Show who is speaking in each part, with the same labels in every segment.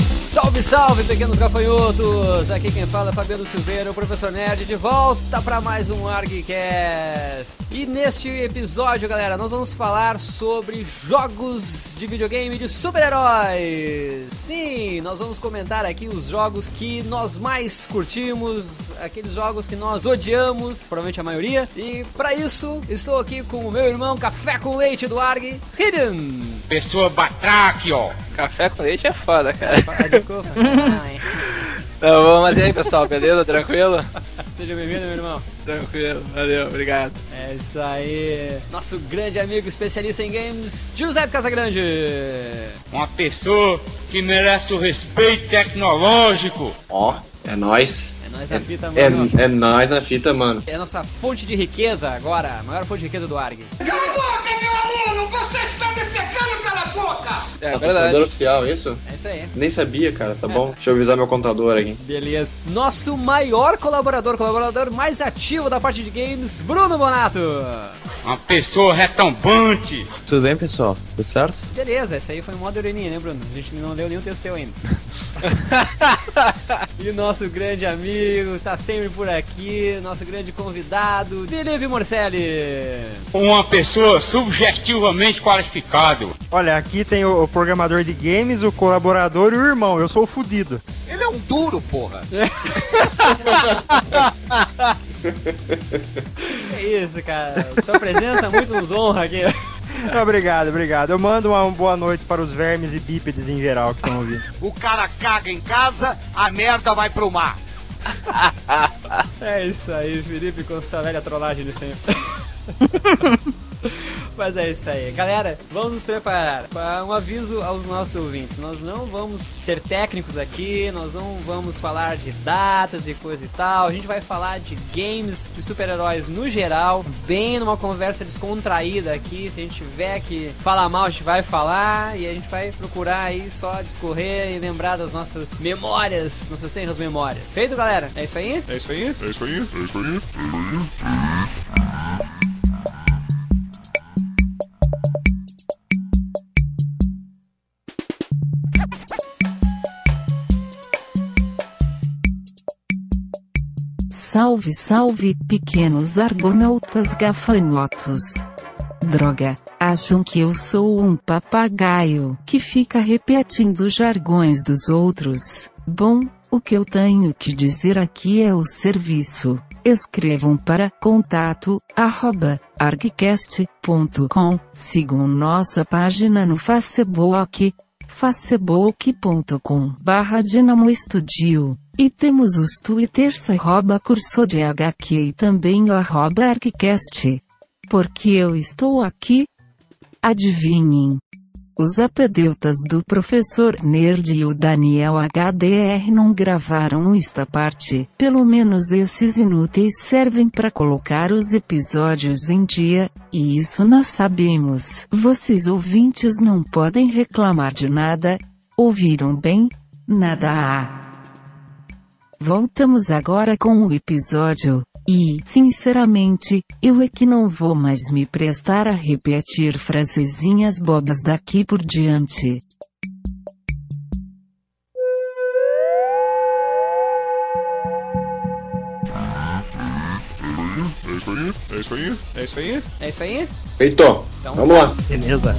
Speaker 1: Salve, salve, pequenos gafanhotos! Aqui quem fala é Fabiano Silveira, o Professor Nerd, de volta para mais um ArgCast. E neste episódio, galera, nós vamos falar sobre jogos de videogame de super-heróis. Sim, nós vamos comentar aqui os jogos que nós mais curtimos, aqueles jogos que nós odiamos, provavelmente a maioria. E para isso, estou aqui com o meu irmão Café com Leite do Arg, Hidden.
Speaker 2: Pessoa batraque, ó.
Speaker 3: Café com leite é foda, cara.
Speaker 1: Ah, desculpa. Ai.
Speaker 3: Tá bom, mas e aí, pessoal, beleza? Tranquilo?
Speaker 1: Seja bem-vindo, meu irmão.
Speaker 3: Tranquilo, valeu, obrigado.
Speaker 1: É isso aí. Nosso grande amigo especialista em games, Giuseppe Casagrande.
Speaker 2: Uma pessoa que merece o respeito tecnológico.
Speaker 4: Ó, é nóis.
Speaker 1: É nós na fita, mano.
Speaker 4: É, é nóis na fita, mano.
Speaker 1: É a nossa fonte de riqueza agora, a maior fonte de riqueza do ARG.
Speaker 5: Cala a boca, meu aluno! Você está me secando, cala a boca!
Speaker 3: É
Speaker 4: Patrocinador
Speaker 3: verdade.
Speaker 4: oficial, isso?
Speaker 1: É isso aí.
Speaker 4: Nem sabia, cara, tá bom? Deixa eu avisar meu contador aqui.
Speaker 1: Beleza. Nosso maior colaborador, colaborador mais ativo da parte de games, Bruno Bonato.
Speaker 2: Uma pessoa retombante.
Speaker 6: Tudo bem, pessoal? Tudo certo?
Speaker 1: Beleza, isso aí foi modo ironia, né, Bruno? A gente não leu nenhum texto teu ainda. e nosso grande amigo, tá sempre por aqui, nosso grande convidado, Felipe Morcelli.
Speaker 2: Uma pessoa subjetivamente qualificado.
Speaker 7: Olha, aqui tem o, o programador de games, o colaborador e o irmão. Eu sou o fudido.
Speaker 3: Ele é um duro, porra.
Speaker 1: Que É isso, cara. Tua presença muito nos honra aqui.
Speaker 7: obrigado, obrigado. Eu mando uma boa noite para os vermes e bípedes em geral que estão ouvindo.
Speaker 2: O cara Tá caga em casa, a merda vai pro mar.
Speaker 1: É isso aí, Felipe, com sua velha trollagem de sempre. Mas é isso aí. Galera, vamos nos preparar. Pra Um aviso aos nossos ouvintes. Nós não vamos ser técnicos aqui, nós não vamos falar de datas e coisa e tal. A gente vai falar de games, de super-heróis no geral, bem numa conversa descontraída aqui. Se a gente tiver que falar mal, a gente vai falar e a gente vai procurar aí só discorrer e lembrar das nossas memórias, nossas tenras memórias. Feito, galera? É isso aí?
Speaker 8: Salve, salve, pequenos argonautas gafanhotos. Droga, acham que eu sou um papagaio que fica repetindo jargões dos outros. Bom, o que eu tenho que dizer aqui é o serviço. Escrevam para contato arroba, argcast.com. Sigam nossa página no Facebook facebook.com barra Dinamo Studio. E temos os twitters arroba curso de HQ e também o arroba Arquicast. Porque eu estou aqui? Adivinhem. Os apedeutas do professor Nerd e o Daniel HDR não gravaram esta parte. Pelo menos esses inúteis servem para colocar os episódios em dia, e isso nós sabemos. Vocês ouvintes não podem reclamar de nada. Ouviram bem? Nada. Ah. Voltamos agora com o episódio. E, sinceramente, eu é que não vou mais me prestar a repetir frasezinhas bobas daqui por diante.
Speaker 1: É isso aí?
Speaker 4: Feito.
Speaker 1: Então
Speaker 4: Vamos lá.
Speaker 7: Beleza.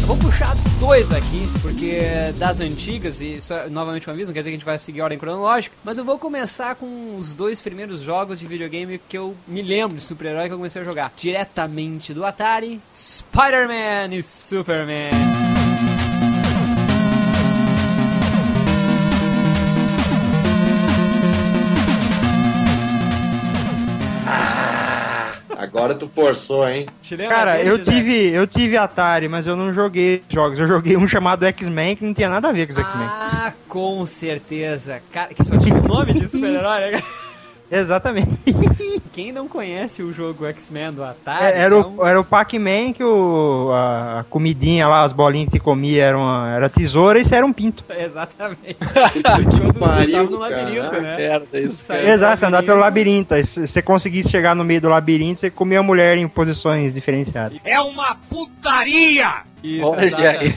Speaker 1: Eu vou puxar dois aqui, porque das antigas, e isso é novamente um aviso, não quer dizer que a gente vai seguir a ordem cronológica, mas eu vou começar com os dois primeiros jogos de videogame que eu me lembro de super-herói que eu comecei a jogar. Diretamente do Atari, Spider-Man e Superman.
Speaker 4: Agora tu forçou, hein?
Speaker 1: Te lembra
Speaker 7: Cara,
Speaker 1: dele,
Speaker 7: eu
Speaker 1: Zé?
Speaker 7: tive, eu tive Atari, mas eu não joguei jogos. Eu joguei um chamado X-Men que não tinha nada a ver com os X-Men.
Speaker 1: Ah, com certeza. Cara, que só tinha o nome de um super-herói, né?
Speaker 7: Exatamente.
Speaker 1: Quem não conhece o jogo X-Men do Atari,
Speaker 7: É, era,
Speaker 1: então,
Speaker 7: o, era o Pac-Man que o, a, a comidinha lá, as bolinhas que te comia eram a- era tesoura e isso era um pinto.
Speaker 1: exatamente. Quando
Speaker 4: pariu,
Speaker 1: tava no labirinto,
Speaker 4: cara.
Speaker 1: né?
Speaker 3: Merda, isso.
Speaker 1: Saiu
Speaker 3: Cara.
Speaker 1: do
Speaker 7: Exato, você andava pelo
Speaker 1: labirinto.
Speaker 7: labirinto. Aí se se você conseguisse chegar no meio do labirinto, você comia a mulher em posições diferenciadas.
Speaker 2: É uma putaria!
Speaker 1: Isso,
Speaker 3: Olha
Speaker 1: exatamente.
Speaker 3: aí.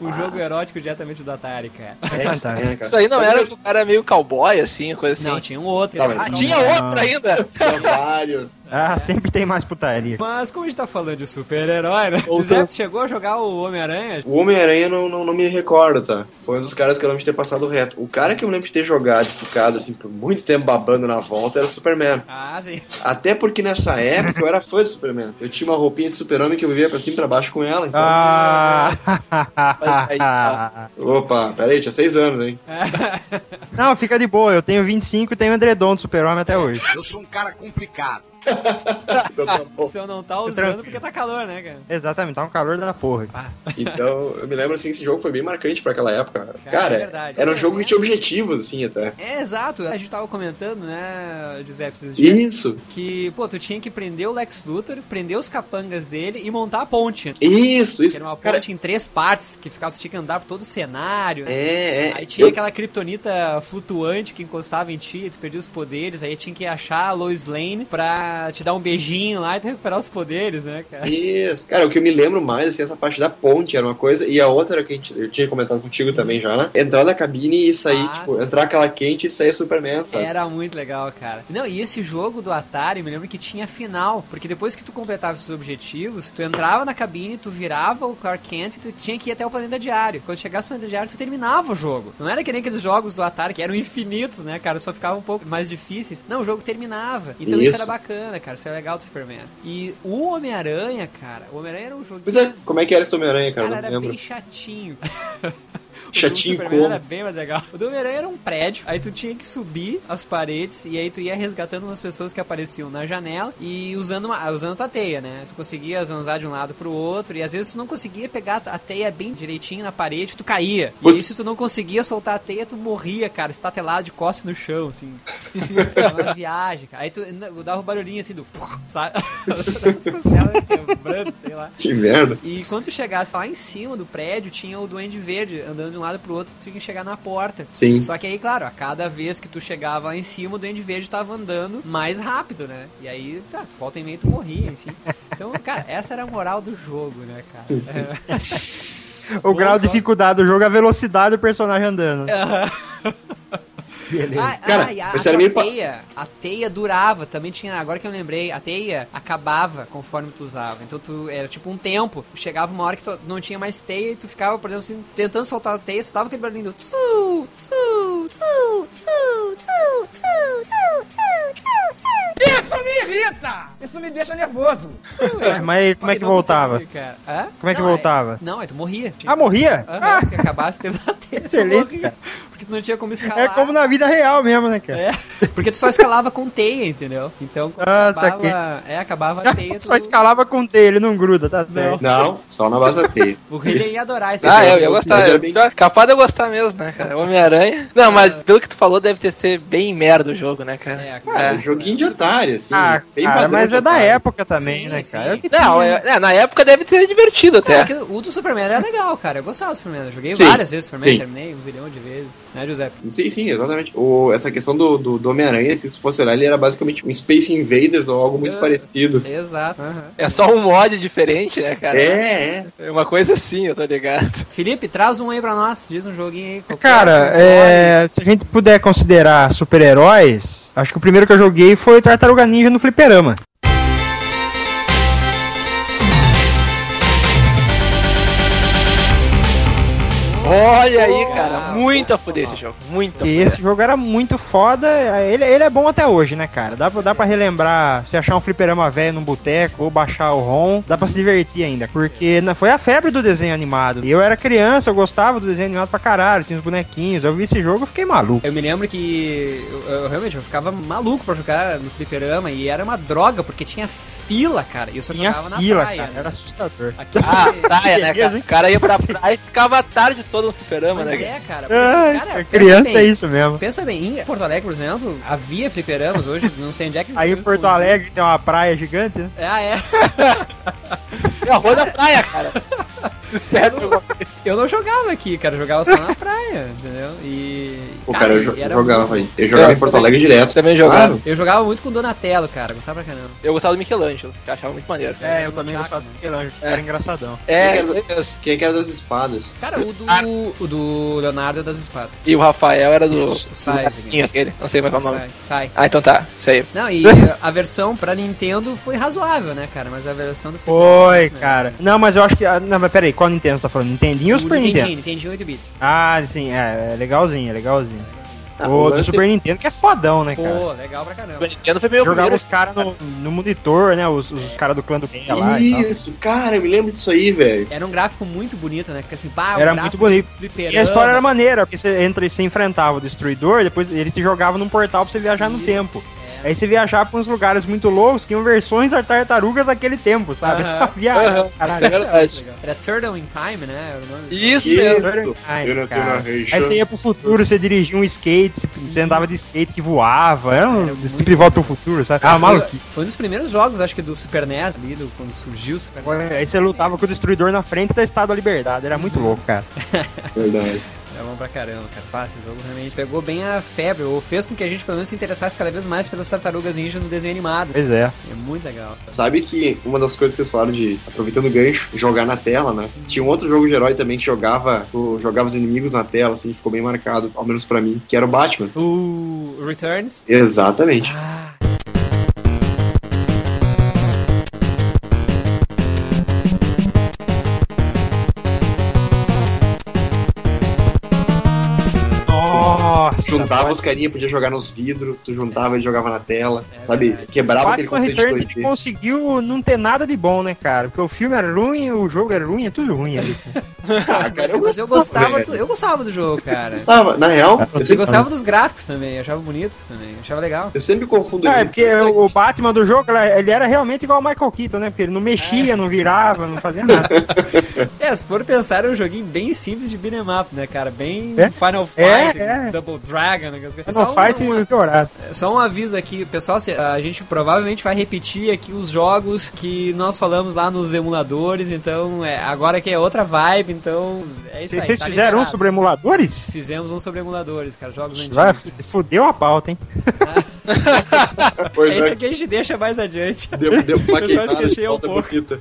Speaker 1: O jogo erótico diretamente do Atari, cara.
Speaker 3: Ah,
Speaker 7: É fantástico.
Speaker 4: É, cara.
Speaker 3: tá. Isso aí não era que o cara meio cowboy, assim, coisa assim.
Speaker 1: Não, tinha um outro.
Speaker 4: Tá,
Speaker 1: esse
Speaker 4: mas-
Speaker 1: era
Speaker 3: ah,
Speaker 1: um
Speaker 3: tinha
Speaker 1: outro.
Speaker 3: outro ainda?
Speaker 4: Tinha vários.
Speaker 7: Ah, sempre tem mais putaria.
Speaker 1: Mas como a gente tá falando de super-herói, né? O
Speaker 4: Outro.
Speaker 1: Zé chegou a jogar o Homem-Aranha?
Speaker 4: O Homem-Aranha não, não, não me recordo, tá? Foi um dos caras que eu lembro de ter passado reto. O cara que eu lembro de ter jogado e ficado, assim, por muito tempo babando na volta era o Superman.
Speaker 1: Ah, sim.
Speaker 4: Até porque nessa época eu era fã de Superman. Eu tinha uma roupinha de super-homem que eu vivia pra cima e pra baixo com ela. Então...
Speaker 7: Ah,
Speaker 3: Aí, tá.
Speaker 4: Opa, peraí, tinha seis anos, hein?
Speaker 7: não, fica de boa. Eu tenho 25 e tenho edredom do super-homem até hoje.
Speaker 2: Eu sou um cara complicado.
Speaker 4: Então, tá bom.
Speaker 1: Se eu não tá usando
Speaker 7: Tranquilo.
Speaker 1: porque tá calor, né, cara?
Speaker 7: Exatamente, tá um calor da porra.
Speaker 4: Então, eu me lembro assim, esse jogo foi bem marcante pra aquela época. Cara,
Speaker 1: é verdade.
Speaker 4: era um jogo que tinha objetivos, assim, até.
Speaker 1: É, exato. A gente tava comentando, né, Giuseppe, esses dias,
Speaker 4: Isso,
Speaker 1: que, pô, tu tinha que prender o Lex Luthor, prender os capangas dele e montar a ponte.
Speaker 4: isso,
Speaker 1: Que
Speaker 4: isso.
Speaker 1: era uma ponte
Speaker 4: Cara,
Speaker 1: em três partes, que ficava, tu tinha que andar por todo o cenário. né?
Speaker 4: é, é.
Speaker 1: Aí tinha
Speaker 4: Eu-
Speaker 1: aquela kriptonita flutuante que encostava em ti, tu perdia os poderes, aí tinha que achar a Lois Lane pra te dar um beijinho lá e tu recuperar os poderes, né, cara?
Speaker 4: Isso. Cara, o que eu me lembro mais, assim, essa parte da ponte era uma coisa, e a outra era que a gente, eu tinha comentado contigo também já, né? Entrar na cabine e sair,
Speaker 1: Ah,
Speaker 4: tipo,
Speaker 1: sim.
Speaker 4: entrar aquela quente e sair Superman, sabe?
Speaker 1: Era muito legal, cara. Não, e esse jogo do Atari, me lembro que tinha final, porque depois que tu completava esses objetivos, tu entrava na cabine, tu virava o Clark Kent e tu tinha que ir até o planeta diário. Quando chegasse no planeta diário, tu terminava o jogo. Não era que nem aqueles jogos do Atari que eram infinitos, né, cara? Só ficava um pouco mais difíceis. Não, o jogo terminava. Então isso,
Speaker 4: Isso.
Speaker 1: era bacana, cara. Isso era legal do Superman. E o Homem-Aranha, cara, o Homem-Aranha era um jogo
Speaker 4: Pois é, como é que era esse Homem-Aranha,
Speaker 1: Cara,
Speaker 4: cara? não
Speaker 1: era
Speaker 4: lembro.
Speaker 1: bem chatinho. O
Speaker 4: Chatinho
Speaker 1: do Superman
Speaker 4: como?
Speaker 1: era bem mais legal. O do Homem-Aranha era um prédio, aí tu tinha que subir as paredes e aí tu ia resgatando umas pessoas que apareciam na janela e usando, uma, usando tua teia, né? Tu conseguia zanzar de um lado pro outro e às vezes tu não conseguia pegar a teia bem direitinho na parede, tu caía. E aí
Speaker 4: Putz.
Speaker 1: se tu não conseguia soltar a teia, tu morria, cara, estatelado de costas no chão, assim. Era uma viagem, cara. Aí tu dava um barulhinho assim do... Sabe? As costelas quebrando, sei lá.
Speaker 4: Que merda.
Speaker 1: E quando tu chegasse lá em cima do prédio, tinha o Duende Verde andando de um lado pro outro, tu tinha que chegar na porta.
Speaker 4: Sim.
Speaker 1: Só que aí, claro, a cada vez que tu chegava lá em cima, o Duende Verde tava andando mais rápido, né? E aí, tá, volta e meia tu morria, enfim. Então, cara, essa era a moral do jogo, né, cara? É.
Speaker 7: O grau de
Speaker 1: só. É.
Speaker 7: dificuldade do jogo é a velocidade do personagem andando. Beleza.
Speaker 1: Ah,
Speaker 4: Cara,
Speaker 1: ah, e a, a
Speaker 4: mas era
Speaker 1: tua
Speaker 4: meio pa-
Speaker 1: teia, a teia durava, também tinha, agora que eu lembrei, a teia acabava conforme tu usava. Então tu era tipo um tempo, chegava uma hora que tu não tinha mais teia e tu ficava, por exemplo, assim, tentando soltar a teia, soltava aquele barulhinho do tsu, tsu, tsu, tsu, tsu,
Speaker 9: Isso me irrita! Isso me deixa nervoso!
Speaker 1: tsu.
Speaker 7: Ué, mas aí, como é
Speaker 1: Eu
Speaker 7: que
Speaker 1: não conseguia,
Speaker 7: voltava?
Speaker 1: cara. Hã?
Speaker 7: Como é que
Speaker 1: Não,
Speaker 7: voltava?
Speaker 1: não, aí tu morria.
Speaker 7: Ah, morria?
Speaker 1: Aham, se acabasse tendo a teia, tu
Speaker 7: Excelente,
Speaker 1: morria.
Speaker 7: cara.
Speaker 1: Porque tu não tinha como escalar.
Speaker 7: É como na vida real mesmo, né, cara?
Speaker 1: É, porque tu só escalava com teia, entendeu? Então, quando
Speaker 7: Ah,
Speaker 1: acabava, é, acabava a teia,
Speaker 7: Só
Speaker 1: tu-
Speaker 7: escalava com o ele não gruda, tá certo.
Speaker 4: Não, só na base da teia.
Speaker 1: O Rei ia adorar esse
Speaker 3: Ah, eu
Speaker 1: jogo.
Speaker 3: ia gostar.
Speaker 4: Era
Speaker 3: Eu,
Speaker 4: bem-
Speaker 3: Capaz de eu gostar mesmo, né, cara? Homem-Aranha. Não, mas pelo que tu falou, deve ter sido bem merda o jogo, né, cara?
Speaker 1: É,
Speaker 4: Ah,
Speaker 1: É.
Speaker 4: um joguinho de otário, assim.
Speaker 7: Ah,
Speaker 4: bem
Speaker 7: cara,
Speaker 4: padrão
Speaker 7: mas
Speaker 4: de
Speaker 7: é da
Speaker 4: otário.
Speaker 7: época também,
Speaker 1: Sim,
Speaker 7: né,
Speaker 1: sim.
Speaker 7: cara? É o que
Speaker 3: Não, é- é, na época deve ter divertido
Speaker 1: Cara,
Speaker 3: até.
Speaker 1: é que o do Superman era legal, cara. Eu gostava do Superman. Eu joguei
Speaker 4: Sim,
Speaker 1: várias vezes o Superman,
Speaker 4: sim.
Speaker 1: terminei um zilhão de vezes. Né, Giuseppe?
Speaker 4: Sim, sim, exatamente. O, essa questão do, do, do Homem-Aranha, se isso fosse olhar, ele era basicamente um Space Invaders ou algo muito
Speaker 1: Ah.
Speaker 4: parecido.
Speaker 1: Exato. aham.
Speaker 3: É só um mod diferente, né, cara?
Speaker 4: É, é.
Speaker 3: É uma coisa assim, eu tô ligado.
Speaker 1: Felipe, traz um aí pra nós. Diz um joguinho aí. qualquer um,
Speaker 7: Cara,
Speaker 1: console.
Speaker 7: é, se a gente puder considerar super-heróis, acho que o primeiro que eu joguei foi Tartaruga Ninja no Fliperama.
Speaker 3: Olha aí, cara. Muito a fuder esse jogo. Muito a
Speaker 7: E
Speaker 3: fuder.
Speaker 7: esse jogo era muito foda, ele, ele é bom até hoje, né, cara? Dá, pra- dá pra relembrar, se achar um fliperama velho num boteco ou baixar o ROM, dá pra se divertir ainda, porque na- foi a febre do desenho animado. E eu era criança, eu gostava do desenho animado pra caralho, tinha os bonequinhos, eu vi esse jogo e fiquei maluco.
Speaker 1: Eu me lembro que eu, eu realmente eu ficava maluco pra jogar no fliperama e era uma droga, porque tinha fila, cara. E eu só
Speaker 7: Tinha
Speaker 1: jogava
Speaker 7: fila,
Speaker 1: na praia. né?
Speaker 7: cara, era assustador.
Speaker 1: Aquele-
Speaker 3: Ah, praia, né, cara? O cara ia pra praia e ficava a tarde todo um fliperama,
Speaker 1: Mas
Speaker 3: né?
Speaker 1: é, cara.
Speaker 7: Ai,
Speaker 1: Mas, cara
Speaker 7: a
Speaker 1: pensa
Speaker 7: criança é
Speaker 1: bem.
Speaker 7: isso mesmo.
Speaker 1: Pensa bem, em Porto Alegre, por exemplo, havia fliperamas hoje, não sei onde é que eles
Speaker 7: Aí em
Speaker 1: estão
Speaker 7: Porto Alegre tem uma praia gigante, né?
Speaker 1: escondidos. Ah, é.
Speaker 3: É a rua da praia, cara. Tu serve alguma coisa.
Speaker 1: Eu não jogava aqui, cara, eu jogava só na praia, entendeu? E.
Speaker 4: Pô, cara, eu jo-
Speaker 1: e era
Speaker 4: jogava
Speaker 1: muito-
Speaker 4: aí. Eu jogava
Speaker 3: Eu
Speaker 4: em Porto
Speaker 3: também-
Speaker 4: Alegre direto.
Speaker 3: também jogava.
Speaker 4: Claro.
Speaker 1: Eu jogava muito com Donatello, cara, gostava pra caramba.
Speaker 3: Eu gostava do Michelangelo, que eu achava muito maneiro.
Speaker 7: É, eu
Speaker 1: um
Speaker 7: também
Speaker 1: chaco,
Speaker 7: gostava
Speaker 1: né?
Speaker 7: do Michelangelo, era engraçadão.
Speaker 3: É,
Speaker 4: Quem que era- Quem que era das espadas?
Speaker 1: Cara, o do,
Speaker 7: Ah.
Speaker 1: o do Leonardo é das espadas.
Speaker 3: e o Rafael era do.
Speaker 1: Isso, sai,
Speaker 3: do
Speaker 1: Zé.
Speaker 3: ratinho aquele, não sei mais qual é o nome.
Speaker 1: Sai, sai.
Speaker 3: Ah, então tá, isso aí.
Speaker 1: Não, e a versão pra Nintendo foi razoável, né, cara? Mas a versão do É.
Speaker 7: Foi, cara. Não, mas eu acho que. ah, Não, mas peraí, qual Nintendo você tá falando? Nintendinho ou
Speaker 1: do
Speaker 7: Super Nintendo?
Speaker 1: Nintendinho, Nintendinho 8 bits.
Speaker 7: Ah, sim, é, é legalzinho, é legalzinho.
Speaker 4: Ah,
Speaker 7: Tá,
Speaker 4: o
Speaker 7: o do
Speaker 4: lance-
Speaker 7: Super Nintendo que é fodão, né, cara?
Speaker 1: Pô, legal pra caramba.
Speaker 3: Super Nintendo foi meio
Speaker 7: Jogava
Speaker 3: primeiro.
Speaker 7: os caras no, no monitor, né? Os, os caras do clã do Penha lá e tal.
Speaker 4: Isso, cara, eu me lembro disso aí, velho.
Speaker 1: Era um gráfico muito bonito, né? Porque assim, pá, um
Speaker 7: Era
Speaker 1: gráfico
Speaker 7: muito bonito.
Speaker 1: de fliperama.
Speaker 7: E a história era maneira, porque você, entra, você enfrentava o destruidor, depois ele te jogava num portal pra você viajar no
Speaker 1: Isso,
Speaker 7: tempo. Aí você viajava pra uns lugares muito loucos que iam versões das tartarugas daquele tempo, sabe?
Speaker 1: Aham.
Speaker 7: Viagem,
Speaker 3: Aham,
Speaker 7: caralho.
Speaker 3: isso é verdade.
Speaker 1: Legal. Era Turtle in Time, né? Era o nome.
Speaker 3: Isso é
Speaker 4: Isso.
Speaker 3: mesmo.
Speaker 7: Ai,
Speaker 4: Eu não tenho
Speaker 7: cara.
Speaker 4: na rede.
Speaker 7: Aí você ia pro futuro, você dirigia um skate, você, você andava de skate que voava, era um esse tipo de volta pro futuro, sabe? Ah,
Speaker 1: foi,
Speaker 7: maluquice.
Speaker 1: foi um dos primeiros jogos, acho que do Super NES ali, do- quando surgiu o Super NES.
Speaker 7: Aí você lutava com o destruidor na frente da Estátua da Liberdade, era muito louco, cara.
Speaker 4: Verdade.
Speaker 1: Era É bom pra caramba, cara. Pá, esse jogo realmente pegou bem a febre, ou fez com que a gente pelo menos se interessasse cada vez mais pelas tartarugas ninjas no desenho animado.
Speaker 7: Pois é.
Speaker 1: É muito legal.
Speaker 4: Sabe que uma das coisas que vocês falaram de, aproveitando o gancho, jogar na tela, né? Tinha um outro jogo de herói também que jogava, tu jogava os inimigos na tela, assim, ficou bem marcado, ao menos pra mim, que era o Batman.
Speaker 1: O Returns.
Speaker 4: Exatamente.
Speaker 1: Ah,
Speaker 7: Nossa!
Speaker 4: Tu juntava
Speaker 7: pode
Speaker 4: os é
Speaker 7: ser.
Speaker 4: carinha, podia jogar nos vidros, tu juntava, ele jogava na tela,
Speaker 1: É
Speaker 4: sabe?
Speaker 1: verdade.
Speaker 4: Quebrava aquele
Speaker 7: Batman
Speaker 4: conceito
Speaker 7: Returns
Speaker 4: de
Speaker 7: ele
Speaker 4: 2D.
Speaker 7: conseguiu não ter nada de bom, né, cara? Porque o filme era ruim, o jogo era ruim, é tudo ruim ali.
Speaker 4: Ah, cara, eu
Speaker 1: mas eu gostava, do, eu gostava do jogo, cara.
Speaker 4: gostava. Na real, eu
Speaker 1: Eu
Speaker 4: sempre,
Speaker 1: gostava dos gráficos também, eu achava bonito também, eu achava legal.
Speaker 4: eu sempre confundo
Speaker 7: Ah, é
Speaker 4: ele.
Speaker 7: porque o Batman do jogo, ela- ele era realmente igual o Michael Keaton, né? Porque ele não mexia, não virava, não fazia nada.
Speaker 1: É, se for pensar, é um joguinho bem simples de beat'em up, né, cara? Bem
Speaker 7: É?
Speaker 1: Final Fight,
Speaker 7: É, é.
Speaker 1: Double Dragon, aquelas coisas.
Speaker 7: Final
Speaker 1: Só um-
Speaker 7: Fight e piorado.
Speaker 1: Só um aviso aqui, pessoal, se- a gente provavelmente vai repetir aqui os jogos que nós falamos lá nos emuladores, então é, agora que é outra vibe, então é isso aí.
Speaker 7: Vocês
Speaker 1: tá
Speaker 7: fizeram um
Speaker 1: liberado.
Speaker 7: sobre emuladores?
Speaker 1: Fizemos um sobre emuladores, cara, jogos
Speaker 7: Vai,
Speaker 1: antigos.
Speaker 7: fudeu a pauta, hein?
Speaker 1: É
Speaker 4: Pois
Speaker 1: isso
Speaker 4: é,
Speaker 1: aqui a gente deixa mais adiante.
Speaker 4: deu, deu uma
Speaker 1: Eu só
Speaker 4: queimada de
Speaker 1: esqueci um
Speaker 4: pauta
Speaker 1: pouco.
Speaker 4: bonita.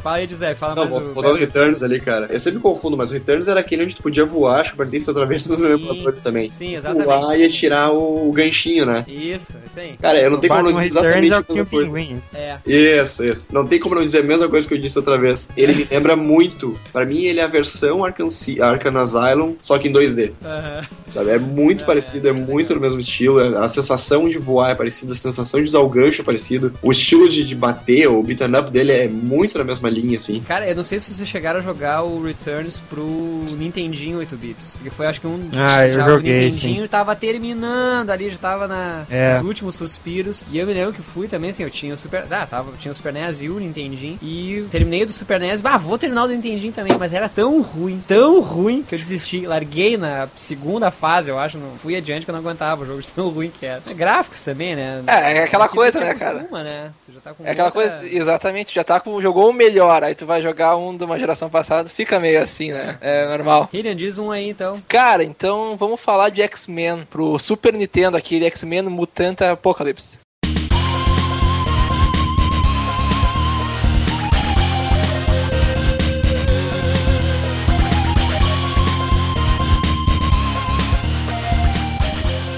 Speaker 1: Fala aí, José, fala
Speaker 4: Não,
Speaker 1: mais um.
Speaker 4: vou-
Speaker 1: o-
Speaker 4: vou dar um- no Returns ali, cara. Eu sempre confundo, mas o Returns era aquele onde tu podia voar, acho que eu perdi isso outra vez nos
Speaker 1: Sim,
Speaker 4: emuladores também.
Speaker 1: sim,
Speaker 4: Voar
Speaker 1: exatamente.
Speaker 4: e atirar o ganchinho, né?
Speaker 1: Isso, isso aí.
Speaker 4: Cara, eu não tenho como
Speaker 7: Batman
Speaker 4: não dizer
Speaker 7: Returns
Speaker 4: exatamente
Speaker 7: é
Speaker 4: a
Speaker 7: o que o
Speaker 4: mesma coisa.
Speaker 7: pinguim.
Speaker 1: É.
Speaker 4: Isso, isso. Não tem como não dizer a mesma coisa que eu disse outra vez. Ele me lembra muito. Pra mim, ele é a versão Arkham, Ci- Arkham Asylum, só que em 2D.
Speaker 1: aham.
Speaker 4: Sabe? É muito parecido, é, muito do mesmo estilo. é- A sensação de voar é parecida, a sensação de usar o gancho é parecido. O estilo de, de bater, o beat'em up dele é muito na mesma linha, assim.
Speaker 1: Cara, eu não sei se vocês chegaram a jogar o Returns pro Nintendinho 8 bits. Que foi acho que um
Speaker 7: Ah, eu
Speaker 1: já
Speaker 7: joguei,
Speaker 1: o Nintendinho tava terminando ali, já tava na,
Speaker 7: É.
Speaker 1: nos últimos suspiros. E eu me lembro que fui também, assim, eu tinha o Super. Ah, tava, tinha o Super NES e o Nintendinho. E terminei o do Super NES. Bah, vou terminar o do Nintendinho também, mas era tão ruim, tão ruim que eu desisti. Larguei na segunda fase, eu acho. Não fui adiante que eu não aguentava o jogo de tão ruim que era. Gráficos também, né?
Speaker 3: É, é aquela
Speaker 1: Aqui tu
Speaker 3: coisa,
Speaker 1: te
Speaker 3: né, cara?
Speaker 1: acostuma, né? Tu já tá com
Speaker 3: É aquela
Speaker 1: outra-
Speaker 3: coisa, exatamente, já tá com. Jogou o melhor, aí tu vai jogar um de uma geração passada, fica meio assim, né? É normal.
Speaker 1: Hillian, diz um aí então.
Speaker 3: Cara, então vamos falar de X-Men pro Super Nintendo, aquele X-Men Mutanta Apocalypse.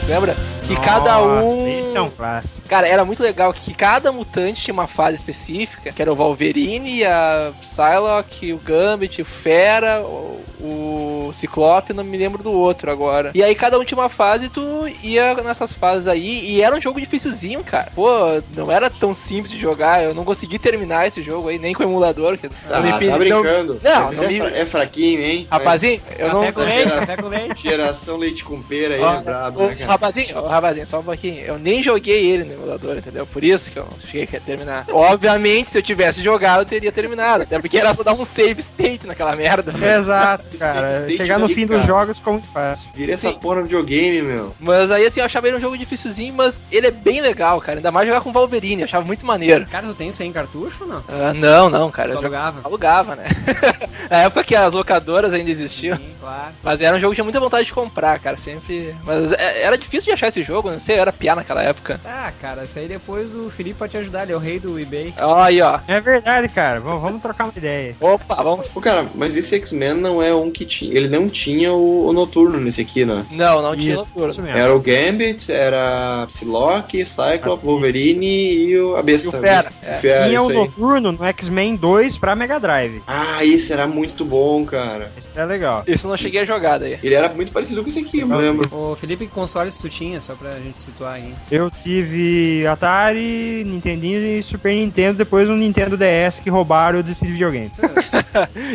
Speaker 3: Lembra? Que cada um.
Speaker 7: Nossa, esse é um clássico.
Speaker 3: Cara, era muito legal que cada mutante tinha uma fase específica, que era o Wolverine, a Psylocke, o Gambit, o Fera, o o Ciclope, não me lembro do outro agora. E aí cada um tinha uma fase e tu ia nessas fases aí, e era um jogo difícilzinho, cara. Pô, não era tão simples de jogar, eu não consegui terminar esse jogo aí, nem com o emulador. Que
Speaker 4: Ah,
Speaker 3: não me pedi-
Speaker 4: tá
Speaker 3: não-
Speaker 4: brincando.
Speaker 3: Não,
Speaker 4: Esse
Speaker 3: não
Speaker 4: é,
Speaker 3: me-
Speaker 4: fra- é fraquinho, hein? É.
Speaker 3: Rapazinho, eu não...
Speaker 1: Café com leite,
Speaker 4: Geração-
Speaker 1: café com leite.
Speaker 4: Geração leite com pera aí,
Speaker 3: Ó,
Speaker 4: brabo,
Speaker 3: ô,
Speaker 4: né, cara?
Speaker 3: rapazinho, ô, rapazinho, só um pouquinho. Eu nem joguei ele no emulador, entendeu? Por isso que eu não cheguei a terminar. Obviamente, se eu
Speaker 4: É.
Speaker 3: tivesse jogado, eu teria terminado. Até porque era só dar um save state naquela merda.
Speaker 7: Exato, cara.
Speaker 4: Save
Speaker 7: Chegar no fim dos jogos ficou muito fácil.
Speaker 4: Vira essa porra no videogame, meu.
Speaker 3: Mas aí assim, eu achava ele um jogo difícilzinho, mas ele é bem legal, cara. Ainda mais jogar com Wolverine, eu achava muito maneiro.
Speaker 1: Cara, tu tem isso aí em cartucho ou não?
Speaker 3: Ah, não, não, cara.
Speaker 1: Só
Speaker 3: Eu
Speaker 1: alugava.
Speaker 3: alugava, né? Na época que as locadoras ainda existiam.
Speaker 1: Sim, claro.
Speaker 3: Mas era um jogo que tinha muita vontade de comprar, cara, sempre. Mas é- era difícil de achar esse jogo, não sei, eu era piá naquela época.
Speaker 1: Ah, cara, isso aí depois o Felipe pode te ajudar, ele é o rei do eBay.
Speaker 3: Ó, aí, ó.
Speaker 7: É verdade, cara. Vamos, vamos trocar uma ideia.
Speaker 3: Opa, vamos.
Speaker 4: Pô, cara, mas esse X-Men não é um que tinha. Ele não tinha o, o noturno nesse aqui, né?
Speaker 3: Não, não tinha
Speaker 7: Isso,
Speaker 3: loucura.
Speaker 7: isso mesmo.
Speaker 4: Era o Gambit, era Psylocke, Cyclops, Wolverine e o, a besta.
Speaker 3: E o Fera,
Speaker 4: O
Speaker 3: é.
Speaker 4: Fera,
Speaker 7: Tinha
Speaker 4: isso
Speaker 7: o
Speaker 4: aí.
Speaker 7: Noturno no X-Men 2 pra Mega Drive.
Speaker 4: Ah, esse era muito bom, cara.
Speaker 7: Isso é legal.
Speaker 3: Isso eu não cheguei a jogar daí.
Speaker 4: Ele era muito parecido com esse aqui, eu me lembro.
Speaker 1: Ô, Felipe, que consoles tu tinha, só pra gente situar aí?
Speaker 7: Eu tive Atari, Nintendinho e Super Nintendo, depois um Nintendo DS que roubaram e eu desisti de videogame.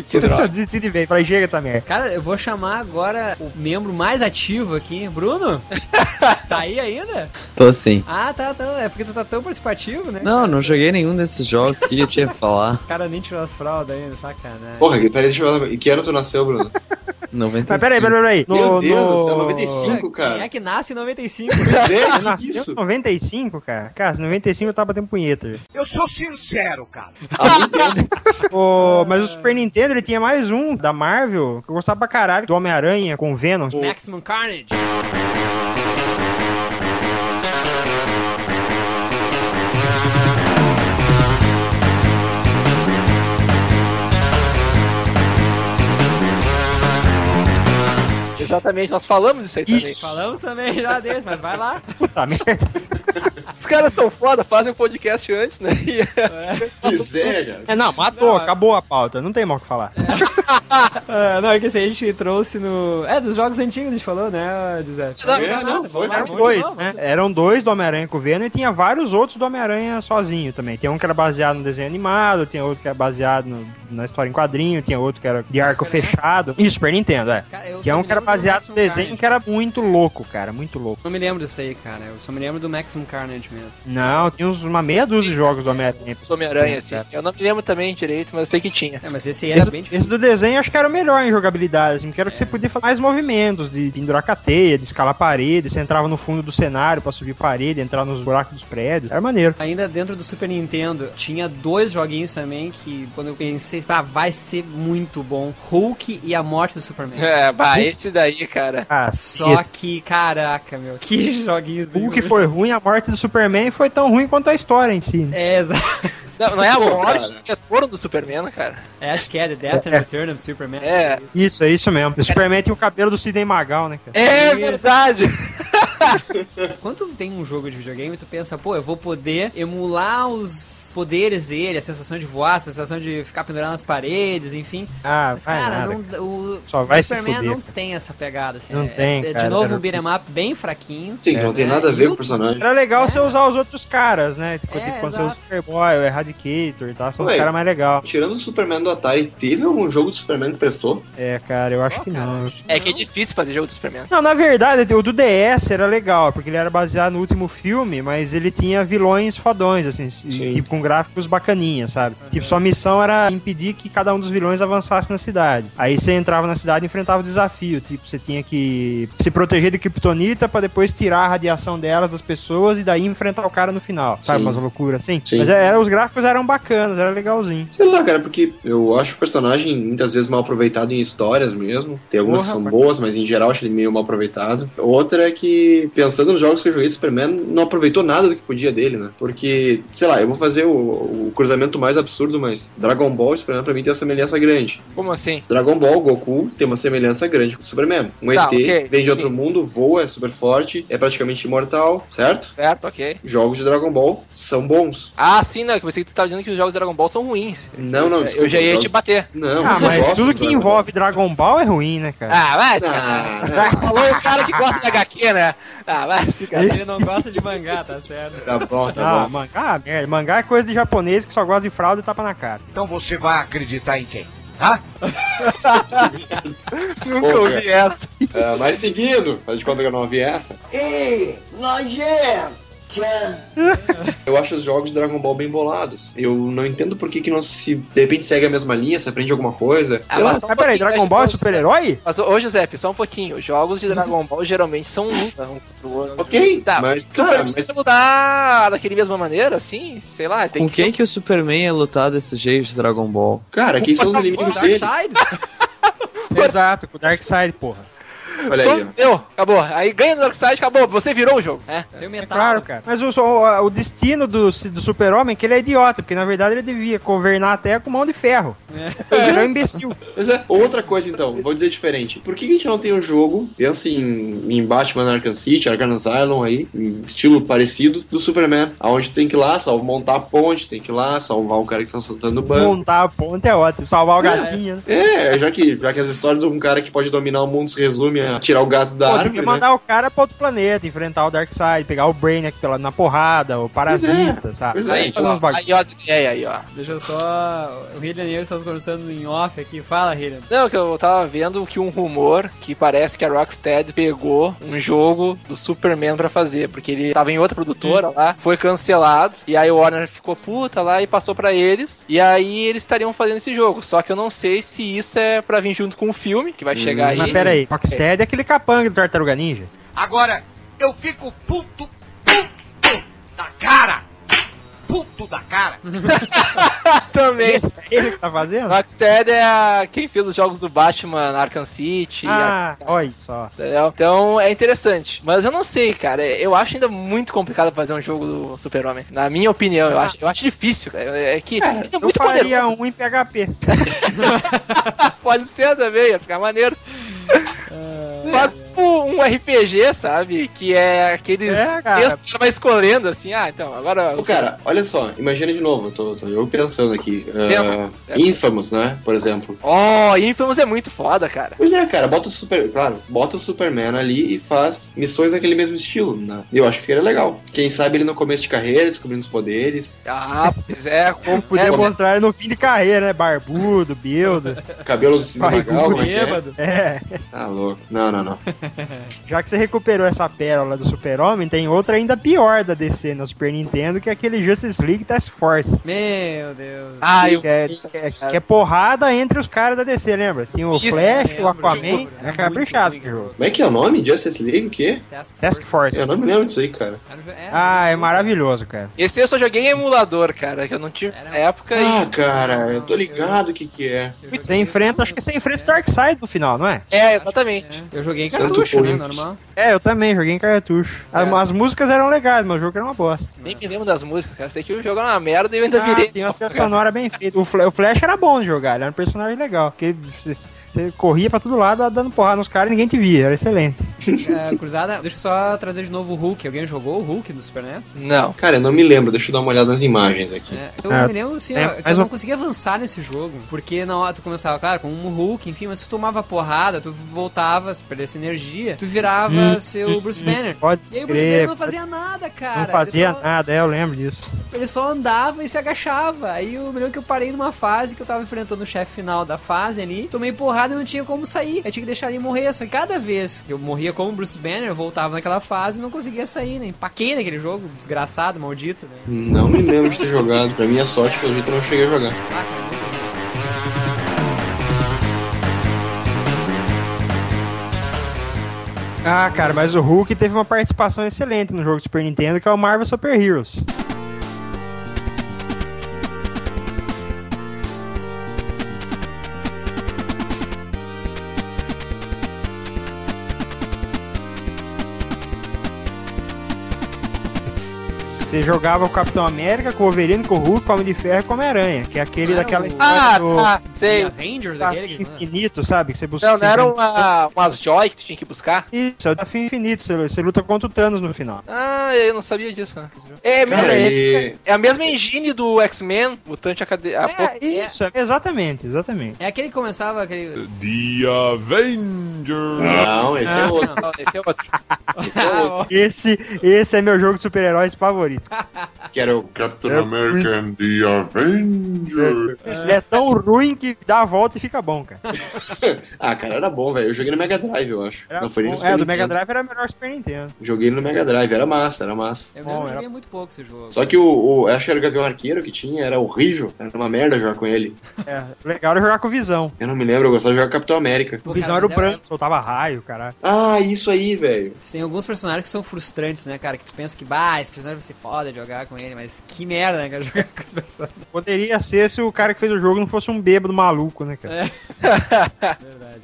Speaker 3: Que droga.
Speaker 7: eu desisti de ver, falei, chega dessa merda.
Speaker 1: Cara, eu vou chamar agora o membro mais ativo aqui, Bruno. tá aí ainda?
Speaker 10: Tô assim.
Speaker 1: Ah, tá, tá. É porque tu tá tão participativo, né?
Speaker 10: Não, não joguei nenhum desses jogos que eu tinha pra falar.
Speaker 1: O cara nem tirou as fraldas ainda, sacanagem.
Speaker 4: Porra, que- peraí, deixa eu ver. Em que ano tu nasceu, Bruno?
Speaker 10: 95.
Speaker 7: Mas peraí, peraí, peraí.
Speaker 4: Meu Deus do céu, 95. cinco, cara.
Speaker 1: Quem é que nasce em 95?
Speaker 4: Pois
Speaker 7: Eu
Speaker 4: é, que
Speaker 7: nasci em
Speaker 4: isso?
Speaker 7: 95, cara. Cara, em 95 eu tava batendo punheta. já.
Speaker 2: Eu sou sincero, cara.
Speaker 7: Ô, mas o Super Nintendo, ele tinha mais um da Marvel, que eu gostava pra caralho, do Homem-Aranha com Venom.
Speaker 1: Maximum Carnage.
Speaker 3: Exatamente, nós falamos isso aí também.
Speaker 1: Falamos também já desse, mas vai lá.
Speaker 7: Puta tá, merda.
Speaker 3: Os caras são foda, fazem um podcast antes, né? E-
Speaker 4: Pois é, cara.
Speaker 7: É, não, matou,
Speaker 1: Não, É,
Speaker 7: acabou a pauta, não tem mal o que falar.
Speaker 1: Ah, não, é que assim, a gente trouxe no... É, dos jogos antigos a gente falou, né, José?
Speaker 3: Não,
Speaker 1: Mas
Speaker 4: não,
Speaker 1: nada,
Speaker 4: não,
Speaker 1: vamos
Speaker 4: foi,
Speaker 1: lá,
Speaker 4: foi
Speaker 1: vamos de
Speaker 7: dois,
Speaker 1: novo.
Speaker 7: né? Eram dois do Homem-Aranha com o Venom e tinha vários outros do Homem-Aranha sozinho também. Tem um que era baseado no desenho animado, tinha outro que era baseado no- na história em quadrinho, tinha outro que era de arco
Speaker 1: Super NES?
Speaker 7: fechado. E Super Nintendo, é.
Speaker 1: Cara, eu
Speaker 7: Tinha
Speaker 1: só
Speaker 7: um
Speaker 1: me
Speaker 7: que era
Speaker 1: lembro do
Speaker 7: baseado
Speaker 1: Maximum
Speaker 7: no desenho
Speaker 1: Carnage.
Speaker 7: que era muito louco, cara, muito louco.
Speaker 1: Não me lembro disso aí, cara. Eu só me lembro do Maximum Carnage mesmo.
Speaker 7: Não, tinha uns, uma meia dúzia de jogos do Homem-Aranha.
Speaker 3: Os Homem-Aranha, assim. Eu não me lembro também direito, mas eu sei que tinha.
Speaker 1: É, mas esse aí era
Speaker 7: Esse,
Speaker 1: bem difícil. É.
Speaker 7: esse do desenho eu acho que era o melhor em jogabilidade, assim, porque era que você podia fazer mais movimentos, de pendurar cateia, de escalar parede, você entrava no fundo do cenário pra subir parede, entrar nos buracos dos prédios. Era maneiro.
Speaker 1: Ainda dentro do Super Nintendo, tinha dois joguinhos também que, quando eu pensei, ah, vai ser muito bom. Hulk e a morte do Superman.
Speaker 3: É, bah, esse daí, cara.
Speaker 7: Ah,
Speaker 1: Só que, caraca, meu, que joguinhos
Speaker 7: O que
Speaker 1: bem-
Speaker 7: foi ruim, a morte do Superman foi tão ruim quanto a história em si. né?
Speaker 1: É, exato.
Speaker 3: Não, não é a
Speaker 4: Pô,
Speaker 3: morte,
Speaker 4: cara.
Speaker 3: é retorno do Superman, cara.
Speaker 1: É, acho que é The Death and
Speaker 7: É.
Speaker 1: Return of Superman.
Speaker 3: É.
Speaker 1: Isso.
Speaker 7: Isso, é isso mesmo. O Superman tinha o cabelo do Sidney Magal, né, cara?
Speaker 3: É verdade!
Speaker 1: Quando tu tem um jogo de videogame, tu pensa, pô, eu vou poder emular os poderes dele, a sensação de voar, a sensação de ficar pendurado nas paredes, enfim.
Speaker 7: Ah,
Speaker 1: Mas,
Speaker 7: vai
Speaker 1: cara,
Speaker 7: nada.
Speaker 1: não, o
Speaker 7: Só vai se
Speaker 1: Superman
Speaker 7: fuder,
Speaker 1: não
Speaker 7: cara.
Speaker 1: tem essa pegada. Assim,
Speaker 7: Não
Speaker 1: É-
Speaker 7: tem,
Speaker 1: é, De
Speaker 7: cara.
Speaker 1: novo, um beat'em up bem fraquinho.
Speaker 4: Sim, não tem
Speaker 1: É,
Speaker 4: nada a
Speaker 1: e
Speaker 4: ver
Speaker 1: o-
Speaker 4: com o personagem.
Speaker 7: Era legal você usar os outros caras, né? Tipo,
Speaker 1: É,
Speaker 7: tipo, quando você
Speaker 1: exato.
Speaker 7: usa o Superboy, o Eradicator e tal, são os
Speaker 4: Ué.
Speaker 7: caras mais legais.
Speaker 4: Tirando o Superman do Atari, teve algum jogo do Superman que prestou?
Speaker 7: É, cara, eu acho
Speaker 1: Ó,
Speaker 7: que
Speaker 1: cara,
Speaker 7: não.
Speaker 1: acho
Speaker 3: É que é
Speaker 1: não.
Speaker 3: difícil fazer jogo do Superman.
Speaker 7: Não, na verdade, o do DS era legal, porque ele era baseado no último filme, mas ele tinha vilões fodões, assim,
Speaker 4: Sim.
Speaker 7: tipo, com gráficos bacaninha, sabe? Tipo, sua missão era impedir que cada um dos vilões avançasse na cidade. Aí você entrava na cidade e enfrentava o desafio, tipo, você tinha que se proteger de kryptonita pra depois tirar a radiação delas das pessoas e daí enfrentar o cara no final. Sabe,
Speaker 4: Sim.
Speaker 7: umas loucuras assim?
Speaker 4: Sim.
Speaker 7: Mas era, os gráficos eram bacanas, era legalzinho.
Speaker 4: Sei lá, cara, porque eu acho o personagem muitas vezes mal aproveitado em histórias mesmo. Tem algumas que
Speaker 7: Porra,
Speaker 4: são
Speaker 7: mas-
Speaker 4: boas, mas em geral acho ele meio mal aproveitado. Outra é que, pensando nos jogos que eu joguei, Superman não aproveitou nada do que podia dele, né? Porque, sei lá, eu vou fazer o, o cruzamento mais absurdo, mas Dragon Ball e Superman pra mim tem uma semelhança grande.
Speaker 3: Como assim?
Speaker 4: Dragon Ball, Goku tem uma semelhança grande com o Superman. Um
Speaker 3: Tá,
Speaker 4: ET
Speaker 3: ok,
Speaker 4: vem de outro
Speaker 3: sim.
Speaker 4: mundo, voa, é super forte, é praticamente imortal, certo?
Speaker 3: Certo, ok.
Speaker 4: Jogos de Dragon Ball são bons.
Speaker 3: Ah, sim, não. Eu pensei que tu tava dizendo que os jogos de Dragon Ball são ruins.
Speaker 4: Não, não,
Speaker 3: eu já ia
Speaker 4: jogos-
Speaker 3: te bater.
Speaker 4: Não,
Speaker 7: Ah,
Speaker 4: eu
Speaker 7: mas
Speaker 4: gosto
Speaker 7: tudo
Speaker 4: do
Speaker 7: que
Speaker 4: Dragon Ball.
Speaker 7: envolve Dragon Ball é ruim, né, cara?
Speaker 3: Ah, vai, se
Speaker 4: Ah,
Speaker 3: cara. Falou é o cara que gosta de HQ, né? Ah, vai, se cara.
Speaker 1: Ele não gosta de mangá, tá certo?
Speaker 4: Tá bom,
Speaker 7: Ah,
Speaker 4: tá bom.
Speaker 7: mangá, merda. Mangá é coisa de japonês que só gosta de fralda e tapa na cara.
Speaker 2: Então você vai acreditar em quem? Hã?
Speaker 3: Nunca ouvi essa.
Speaker 4: É, Ah, mas seguindo, faz de conta que eu não ouvi essa.
Speaker 11: Ei, nojento!
Speaker 4: Eu acho os jogos de Dragon Ball bem bolados. Eu não entendo por que, que não se. De repente segue a mesma linha, se aprende alguma coisa.
Speaker 3: Ah,
Speaker 4: Sei lá,
Speaker 3: mas só um
Speaker 7: Mas
Speaker 3: pouquinho,
Speaker 7: peraí, Dragon
Speaker 3: Dragon
Speaker 7: Ball é
Speaker 3: Ball,
Speaker 7: super-herói?
Speaker 3: Mas, ô Giuseppe, só um pouquinho. Jogos de Dragon Ball geralmente são um contra o outro.
Speaker 4: Ok,
Speaker 3: Tá,
Speaker 4: mas,
Speaker 3: Super
Speaker 4: cara,
Speaker 3: Man
Speaker 4: mas-
Speaker 3: precisa mudar daquele mesma maneira, assim? Sei lá, tem
Speaker 10: Com
Speaker 3: que
Speaker 10: quem
Speaker 3: ser
Speaker 10: que o Superman ia lutar desse jeito de Dragon Ball?
Speaker 4: Cara, quem são os inimigos dele?
Speaker 12: Darkseid?
Speaker 7: Exato, com o Darkseid, porra.
Speaker 4: Olha
Speaker 3: um Só
Speaker 4: aí, ó.
Speaker 3: deu, acabou. Aí ganha do Darkseid, acabou. Você virou o jogo. É.
Speaker 12: Tem o
Speaker 1: Tá.
Speaker 12: metal.
Speaker 7: Claro, cara. Mas o, o, o destino do, do super-homem é que ele é idiota, porque na verdade ele devia governar a Terra com mão de ferro. Ele virou um imbecil.
Speaker 4: Pois é. Outra coisa, então, vou dizer diferente. Por que, que a gente não tem um jogo, pensa em, em Batman Arkham City, Arkham Asylum aí, em estilo parecido do Superman, aonde tem que ir lá, salvar, montar a ponte, tem que ir lá, salvar o cara que tá soltando o banco.
Speaker 7: Montar a ponte é ótimo, salvar o gatinho, né?
Speaker 4: É, já que, já que as histórias de um cara que pode dominar o mundo se resume a tirar o gato da
Speaker 7: Pô,
Speaker 4: árvore,
Speaker 7: devia
Speaker 4: né?
Speaker 7: mandar o cara pra outro planeta, enfrentar o Darkseid, pegar o Brainiac pela, na porrada, o Parasita, sabe?
Speaker 4: Pois é,
Speaker 7: Fazer
Speaker 3: Aí,
Speaker 7: uns
Speaker 3: ó,
Speaker 7: bagulho.
Speaker 3: aí, ó, as ideias aí, ó.
Speaker 1: Deixa eu só. O Hillian e eu estamos conversando em off aqui. Fala, Hillian.
Speaker 3: Não, que eu tava vendo que um rumor que parece que a Rocksteady pegou um jogo do Superman pra fazer, porque ele tava em outra produtora
Speaker 7: Uhum.
Speaker 3: lá, foi cancelado, e aí o Warner ficou puta lá e passou pra eles, e aí eles estariam fazendo esse jogo, só que eu não sei se isso é pra vir junto com o filme, que vai chegar aí.
Speaker 7: Uhum. Mas pera aí, Rocksteady é aquele capanga do Tartaruga Ninja.
Speaker 2: Agora, eu fico puto, puto da cara. Puto da cara.
Speaker 3: Também.
Speaker 7: Ele que tá fazendo?
Speaker 3: Rocksteady é a- quem fez os jogos do Batman, Arkham City,
Speaker 7: Ah, olha só.
Speaker 3: Entendeu? Então é interessante. Mas eu não sei, cara. Eu acho ainda muito complicado fazer um jogo do Super-Homem. Na minha opinião, eu acho, eu acho difícil. cara. É que ele é
Speaker 7: Ah. Eu
Speaker 3: muito
Speaker 7: faria
Speaker 3: poderoso.
Speaker 7: um em PHP.
Speaker 3: Pode ser também, ia ficar maneiro.
Speaker 7: É.
Speaker 3: Mas tipo, um RPG, sabe? Que é aqueles
Speaker 7: É, cara.
Speaker 3: textos que vai escolhendo assim. Ah, então, agora.
Speaker 4: Ô, cara, olha só, imagina de novo, eu tô, tô eu pensando aqui.
Speaker 3: Pensa.
Speaker 4: ah, Infamous, né? Por exemplo.
Speaker 3: Oh, Infamous é muito foda, cara.
Speaker 4: Pois é, cara, bota o Super. Claro, bota o Superman ali e faz missões naquele mesmo estilo, né? Eu acho que ficaria legal. Quem sabe ele no começo de carreira, descobrindo os poderes,
Speaker 3: Ah, pois é, como
Speaker 7: Podia
Speaker 3: é,
Speaker 4: bom.
Speaker 7: mostrar ele no fim de carreira, né? Barbudo, build.
Speaker 4: cabelo do Cid
Speaker 7: Vai,
Speaker 4: Magal, como é que é?
Speaker 1: Bêbado.
Speaker 7: É.
Speaker 4: Tá louco. Não, não, não.
Speaker 7: Já que você recuperou essa pérola do Super-Homem, tem outra ainda pior da DC no Super Nintendo, que é aquele Justice League Task Force.
Speaker 1: Meu Deus.
Speaker 3: Ah, eu...
Speaker 7: que, é, que é- que é porrada entre os caras da DC, lembra? Tinha o
Speaker 3: Isso,
Speaker 7: Flash,
Speaker 1: é,
Speaker 7: o Aquaman,
Speaker 1: muito
Speaker 3: né?
Speaker 7: era caprichado
Speaker 1: ruim,
Speaker 7: esse jogo.
Speaker 4: Como é que é o nome? Justice League? O quê?
Speaker 1: Task Force.
Speaker 7: Task Force.
Speaker 4: Eu não me lembro disso aí, cara.
Speaker 1: Era um jo- é,
Speaker 7: Ah, é maravilhoso, cara.
Speaker 3: Esse eu só joguei em emulador, cara, que eu não tive
Speaker 1: Era-
Speaker 3: na época e.
Speaker 4: Ah, cara, eu tô ligado o que que é.
Speaker 1: eu
Speaker 7: Você
Speaker 1: joguei-
Speaker 7: enfrenta, acho que você enfrenta o Darkseid no final, não é?
Speaker 3: É, exatamente.
Speaker 1: Eu joguei em
Speaker 4: Santo
Speaker 1: cartucho, né?
Speaker 4: Corinthians.
Speaker 1: Normal.
Speaker 7: É, eu também, joguei em cartucho.
Speaker 1: É.
Speaker 7: As, as músicas eram legais, mas o jogo era uma bosta.
Speaker 3: Nem me lembro das músicas, cara. Sei que o jogo era uma merda e eu ainda virei.
Speaker 7: Ah, tem uma trilha sonora bem feita. O, Fla- o Flash era bom de jogar, ele era um personagem legal. Porque você, você corria pra todo lado, dando porrada nos caras e ninguém te via, era excelente.
Speaker 1: É, cruzada, deixa eu só trazer de novo o Hulk. Alguém jogou o Hulk do Super NES?
Speaker 3: Não.
Speaker 4: Cara, eu não me lembro, deixa eu dar uma olhada nas imagens aqui.
Speaker 1: É, eu
Speaker 7: Ah,
Speaker 1: me lembro assim,
Speaker 7: é,
Speaker 1: ó, que
Speaker 7: mas
Speaker 1: eu não
Speaker 7: o-
Speaker 1: conseguia avançar nesse jogo. Porque na hora tu começava, claro, com um Hulk, enfim, mas tu tomava porrada, tu voltava, tu perdia essa energia, tu virava
Speaker 7: Hum,
Speaker 1: seu Bruce Banner.
Speaker 7: Pode
Speaker 1: E aí
Speaker 7: ser.
Speaker 1: o Bruce Banner não
Speaker 7: pode-
Speaker 1: fazia nada, cara.
Speaker 7: não fazia
Speaker 1: ele só,
Speaker 7: nada, é, eu lembro disso.
Speaker 1: ele só andava e se agachava. Aí eu me lembro que eu parei numa fase que eu tava enfrentando o chefe final da fase ali. Tomei porrada e não tinha como sair. Eu tinha que deixar ele morrer. Só que cada vez que eu morria como Bruce Banner, eu voltava naquela fase e não conseguia sair, né? Empaquei naquele jogo, desgraçado, maldito, né?
Speaker 4: Não me lembro de ter jogado. Pra minha sorte, pelo jeito, eu não cheguei a jogar.
Speaker 7: Ah, cara, mas o Hulk teve uma participação excelente no jogo do Super Nintendo, que é o Marvel Super Heroes. Você jogava o Capitão América, com o Wolverine, com o Hulk, com o Homem de Ferro e com o Homem-Aranha, que é aquele
Speaker 1: Não era
Speaker 7: daquela
Speaker 1: o-
Speaker 7: história
Speaker 3: Ah,
Speaker 7: do
Speaker 3: tá. Sei.
Speaker 1: Avengers, né?
Speaker 7: desafio
Speaker 1: aquele. que-
Speaker 7: infinito, sabe? Que você busca.
Speaker 3: Não, não
Speaker 7: você
Speaker 3: era
Speaker 7: enfrenta-
Speaker 3: uma, umas joy que tu tinha que buscar?
Speaker 7: Isso, é o desafio infinito. Você, você luta contra o Thanos no final.
Speaker 3: Ah, eu não sabia disso. né? É, mesmo,
Speaker 4: Cara,
Speaker 3: é,
Speaker 4: e...
Speaker 3: é a mesma engine do X-Men, Mutante Academia.
Speaker 7: É, isso, é- exatamente, exatamente.
Speaker 1: É aquele que começava aquele.
Speaker 4: Não, esse
Speaker 7: Ah.
Speaker 4: é outro.
Speaker 3: Esse é outro. Esse é outro.
Speaker 1: Ah,
Speaker 7: Esse, esse é meu jogo de super-heróis favorito.
Speaker 4: Que era o
Speaker 13: Captain America and the Avengers.
Speaker 7: Ele é tão tão ruim que dá a volta e fica bom, cara.
Speaker 4: Ah, cara, era bom, velho. Eu joguei no Mega Drive, eu acho.
Speaker 7: Era
Speaker 4: Não foi nem
Speaker 7: bom.
Speaker 4: no
Speaker 7: é,
Speaker 4: Super
Speaker 7: do Mega
Speaker 4: Nintendo.
Speaker 7: Drive era melhor Super Nintendo.
Speaker 4: Joguei no Mega Drive, era massa, era massa.
Speaker 1: Eu
Speaker 7: Bom,
Speaker 1: mesmo
Speaker 7: era-
Speaker 1: joguei muito pouco esse jogo.
Speaker 4: Só que o, o acho que era o Gavião Arqueiro que tinha, era horrível. Era uma merda jogar com ele.
Speaker 7: É, legal era jogar com visão.
Speaker 4: Eu não me lembro, eu gostava de jogar Capitão América.
Speaker 7: O
Speaker 1: Pô,
Speaker 7: visão
Speaker 1: cara,
Speaker 7: era o
Speaker 1: mas é
Speaker 7: branco, soltava raio, caralho.
Speaker 4: Ah, isso aí, velho.
Speaker 1: Tem alguns personagens que são frustrantes, né, cara? Que tu pensa que, bah, esse personagem vai ser foda de jogar com ele, mas que merda, né, cara, jogar com esse personagem.
Speaker 7: Poderia ser se o cara que fez o jogo não fosse um bêbado maluco, né, cara?
Speaker 1: É.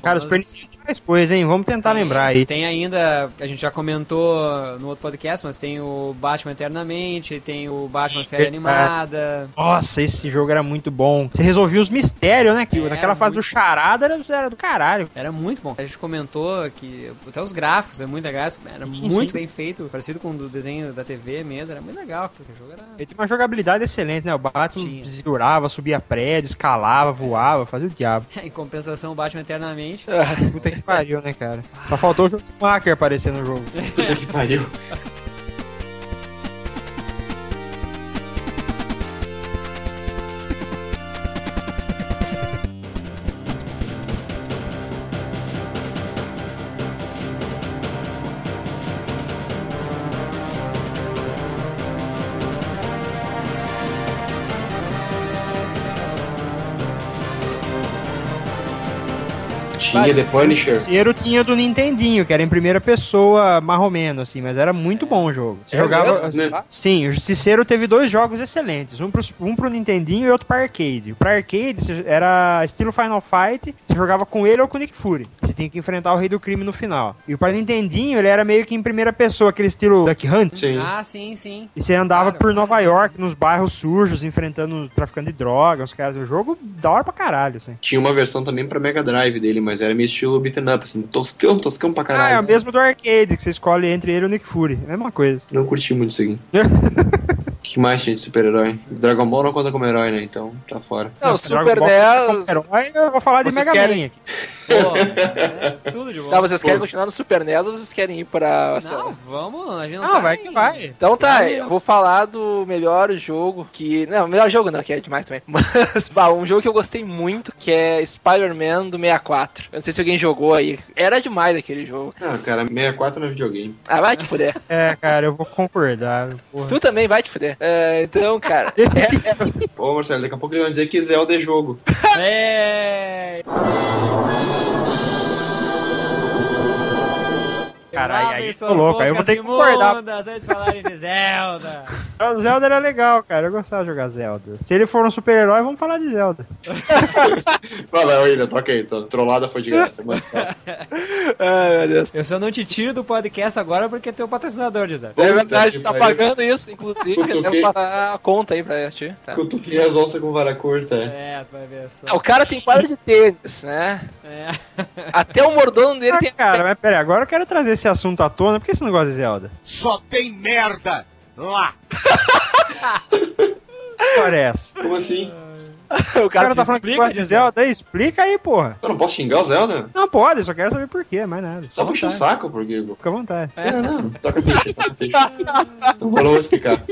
Speaker 7: Cara,
Speaker 1: Mas-
Speaker 7: o Super Nintendo tinha mais coisa, hein? Vamos tentar
Speaker 1: Tem-
Speaker 7: lembrar aí.
Speaker 1: Tem ainda, a gente já comentou no outro podcast, mas tem o Batman Eternamente, tem o Batman Série
Speaker 7: Verdade.
Speaker 1: Animada.
Speaker 7: Nossa, esse jogo era muito bom. Você resolvia os mistérios, né? Que
Speaker 1: Era
Speaker 7: naquela fase do
Speaker 1: É, muito.
Speaker 7: charada era, era do caralho.
Speaker 1: Era muito bom. A gente comentou que até os gráficos é muito legais, era muito bem feito, parecido com o do desenho da TV mesmo, era muito legal, porque o jogo era
Speaker 7: Ele tinha uma jogabilidade excelente, né? O Batman
Speaker 1: Tinha.
Speaker 7: segurava, subia prédio, escalava, voava, fazia o diabo.
Speaker 1: em compensação o Batman Eternamente.
Speaker 7: Puta que pariu, né, cara? Só faltou o Joe Schumacher aparecer no jogo.
Speaker 4: Puta que pariu. Tinha The Punisher.
Speaker 7: terceiro tinha o do Nintendinho, que era em primeira pessoa, marromeno, assim, mas era muito bom o jogo. Você
Speaker 3: É
Speaker 7: jogava.
Speaker 4: mesmo, né?
Speaker 7: Sim, o Justiceiro teve dois jogos excelentes. Um pro, um pro Nintendinho e outro pra arcade. O pra arcade você- era estilo Final Fight, você jogava com ele ou com o Nick Fury. Você tinha que enfrentar o Rei do Crime no final. E o pra Nintendinho, ele era meio que em primeira pessoa, aquele estilo Duck Hunt.
Speaker 4: Sim.
Speaker 1: Ah, sim, sim.
Speaker 7: E você andava
Speaker 1: Claro.
Speaker 7: por Nova York, nos bairros sujos, enfrentando traficante de droga, os caras. O jogo da hora pra caralho, assim.
Speaker 4: Tinha uma versão também pra Mega Drive dele, mas era meio estilo beaten up, assim, toscão, toscão pra
Speaker 7: Ah, é o
Speaker 4: caralho.
Speaker 7: mesmo do arcade, que você escolhe entre ele e o Nick Fury. é Mesma coisa.
Speaker 4: Não curti muito isso aqui. que mais tinha de super-herói? Dragon Ball não conta como herói, né? Então tá fora.
Speaker 3: Não,
Speaker 7: Dragon
Speaker 3: Super
Speaker 7: Ball
Speaker 3: NES.
Speaker 7: Super Herói, um, eu vou falar de
Speaker 3: Vocês
Speaker 7: Mega
Speaker 3: querem-
Speaker 7: Man aqui.
Speaker 1: Pô, é tudo de bom.
Speaker 3: Não, vocês querem continuar no Super NES ou vocês querem ir pra. sei
Speaker 1: Não,
Speaker 3: lá?
Speaker 1: vamos, a gente não,
Speaker 7: Não,
Speaker 1: tá
Speaker 7: vai
Speaker 1: em-
Speaker 7: que vai.
Speaker 3: Então tá, eu vou falar do melhor jogo que. Não, melhor jogo não, que é demais também. Mas, bah, um jogo que eu gostei muito, que é Spider-Man do 64. Eu não sei se alguém jogou aí. Era demais aquele jogo.
Speaker 4: Ah, cara, 64 no videogame.
Speaker 3: Ah, vai te fuder.
Speaker 7: É, cara, eu vou concordar. Porra.
Speaker 3: Tu também vai te fuder. É, então, cara.
Speaker 4: Ô, Marcelo, daqui a pouco ele vai dizer que Zelda é jogo.
Speaker 1: É...
Speaker 7: Caralho,
Speaker 1: Abrem
Speaker 7: aí tô
Speaker 1: suas
Speaker 7: louco, aí eu vou
Speaker 1: bocas
Speaker 7: ter que concordar.
Speaker 1: imundas Antes de falarem de Zelda.
Speaker 7: O Zelda era legal, cara. Eu gostava de jogar Zelda. Se ele for um super-herói, vamos falar de Zelda.
Speaker 4: Vai lá, William, toca aí. Tô, trollada foi de graça. mano.
Speaker 3: Ai, meu Deus.
Speaker 1: Eu só não te tiro do podcast agora porque tem o patrocinador, de Zelda.
Speaker 3: É
Speaker 4: Puta
Speaker 3: verdade,
Speaker 4: que
Speaker 3: tá
Speaker 4: pariu.
Speaker 3: pagando isso, inclusive.
Speaker 4: Puta,
Speaker 3: Deve
Speaker 4: ok.
Speaker 3: pagar a conta aí pra ti. Tá.
Speaker 4: Cutuquei é as onças com vara curta. é.
Speaker 1: É, tu vai ver só.
Speaker 3: Ah, O cara tem quadra de tênis, né?
Speaker 1: É.
Speaker 3: Até o mordomo dele
Speaker 7: Ah,
Speaker 3: tem.
Speaker 7: cara, mas peraí, agora eu quero trazer esse assunto à tona. Por que você não gosta de Zelda?
Speaker 2: Só tem merda lá.
Speaker 7: Que história é essa? O
Speaker 4: Como assim?
Speaker 3: O cara
Speaker 7: cara tá falando que gosta de Zelda, aí explica aí, porra.
Speaker 4: Eu não posso xingar o Zelda?
Speaker 7: Não pode, só quero saber por quê, mais nada.
Speaker 4: Só
Speaker 7: Fica à
Speaker 4: puxa o
Speaker 7: vontade. É.
Speaker 4: saco, porque...
Speaker 7: Fica à vontade.
Speaker 4: Não, não, toca ficha, toca ficha. Não vou lá explicar.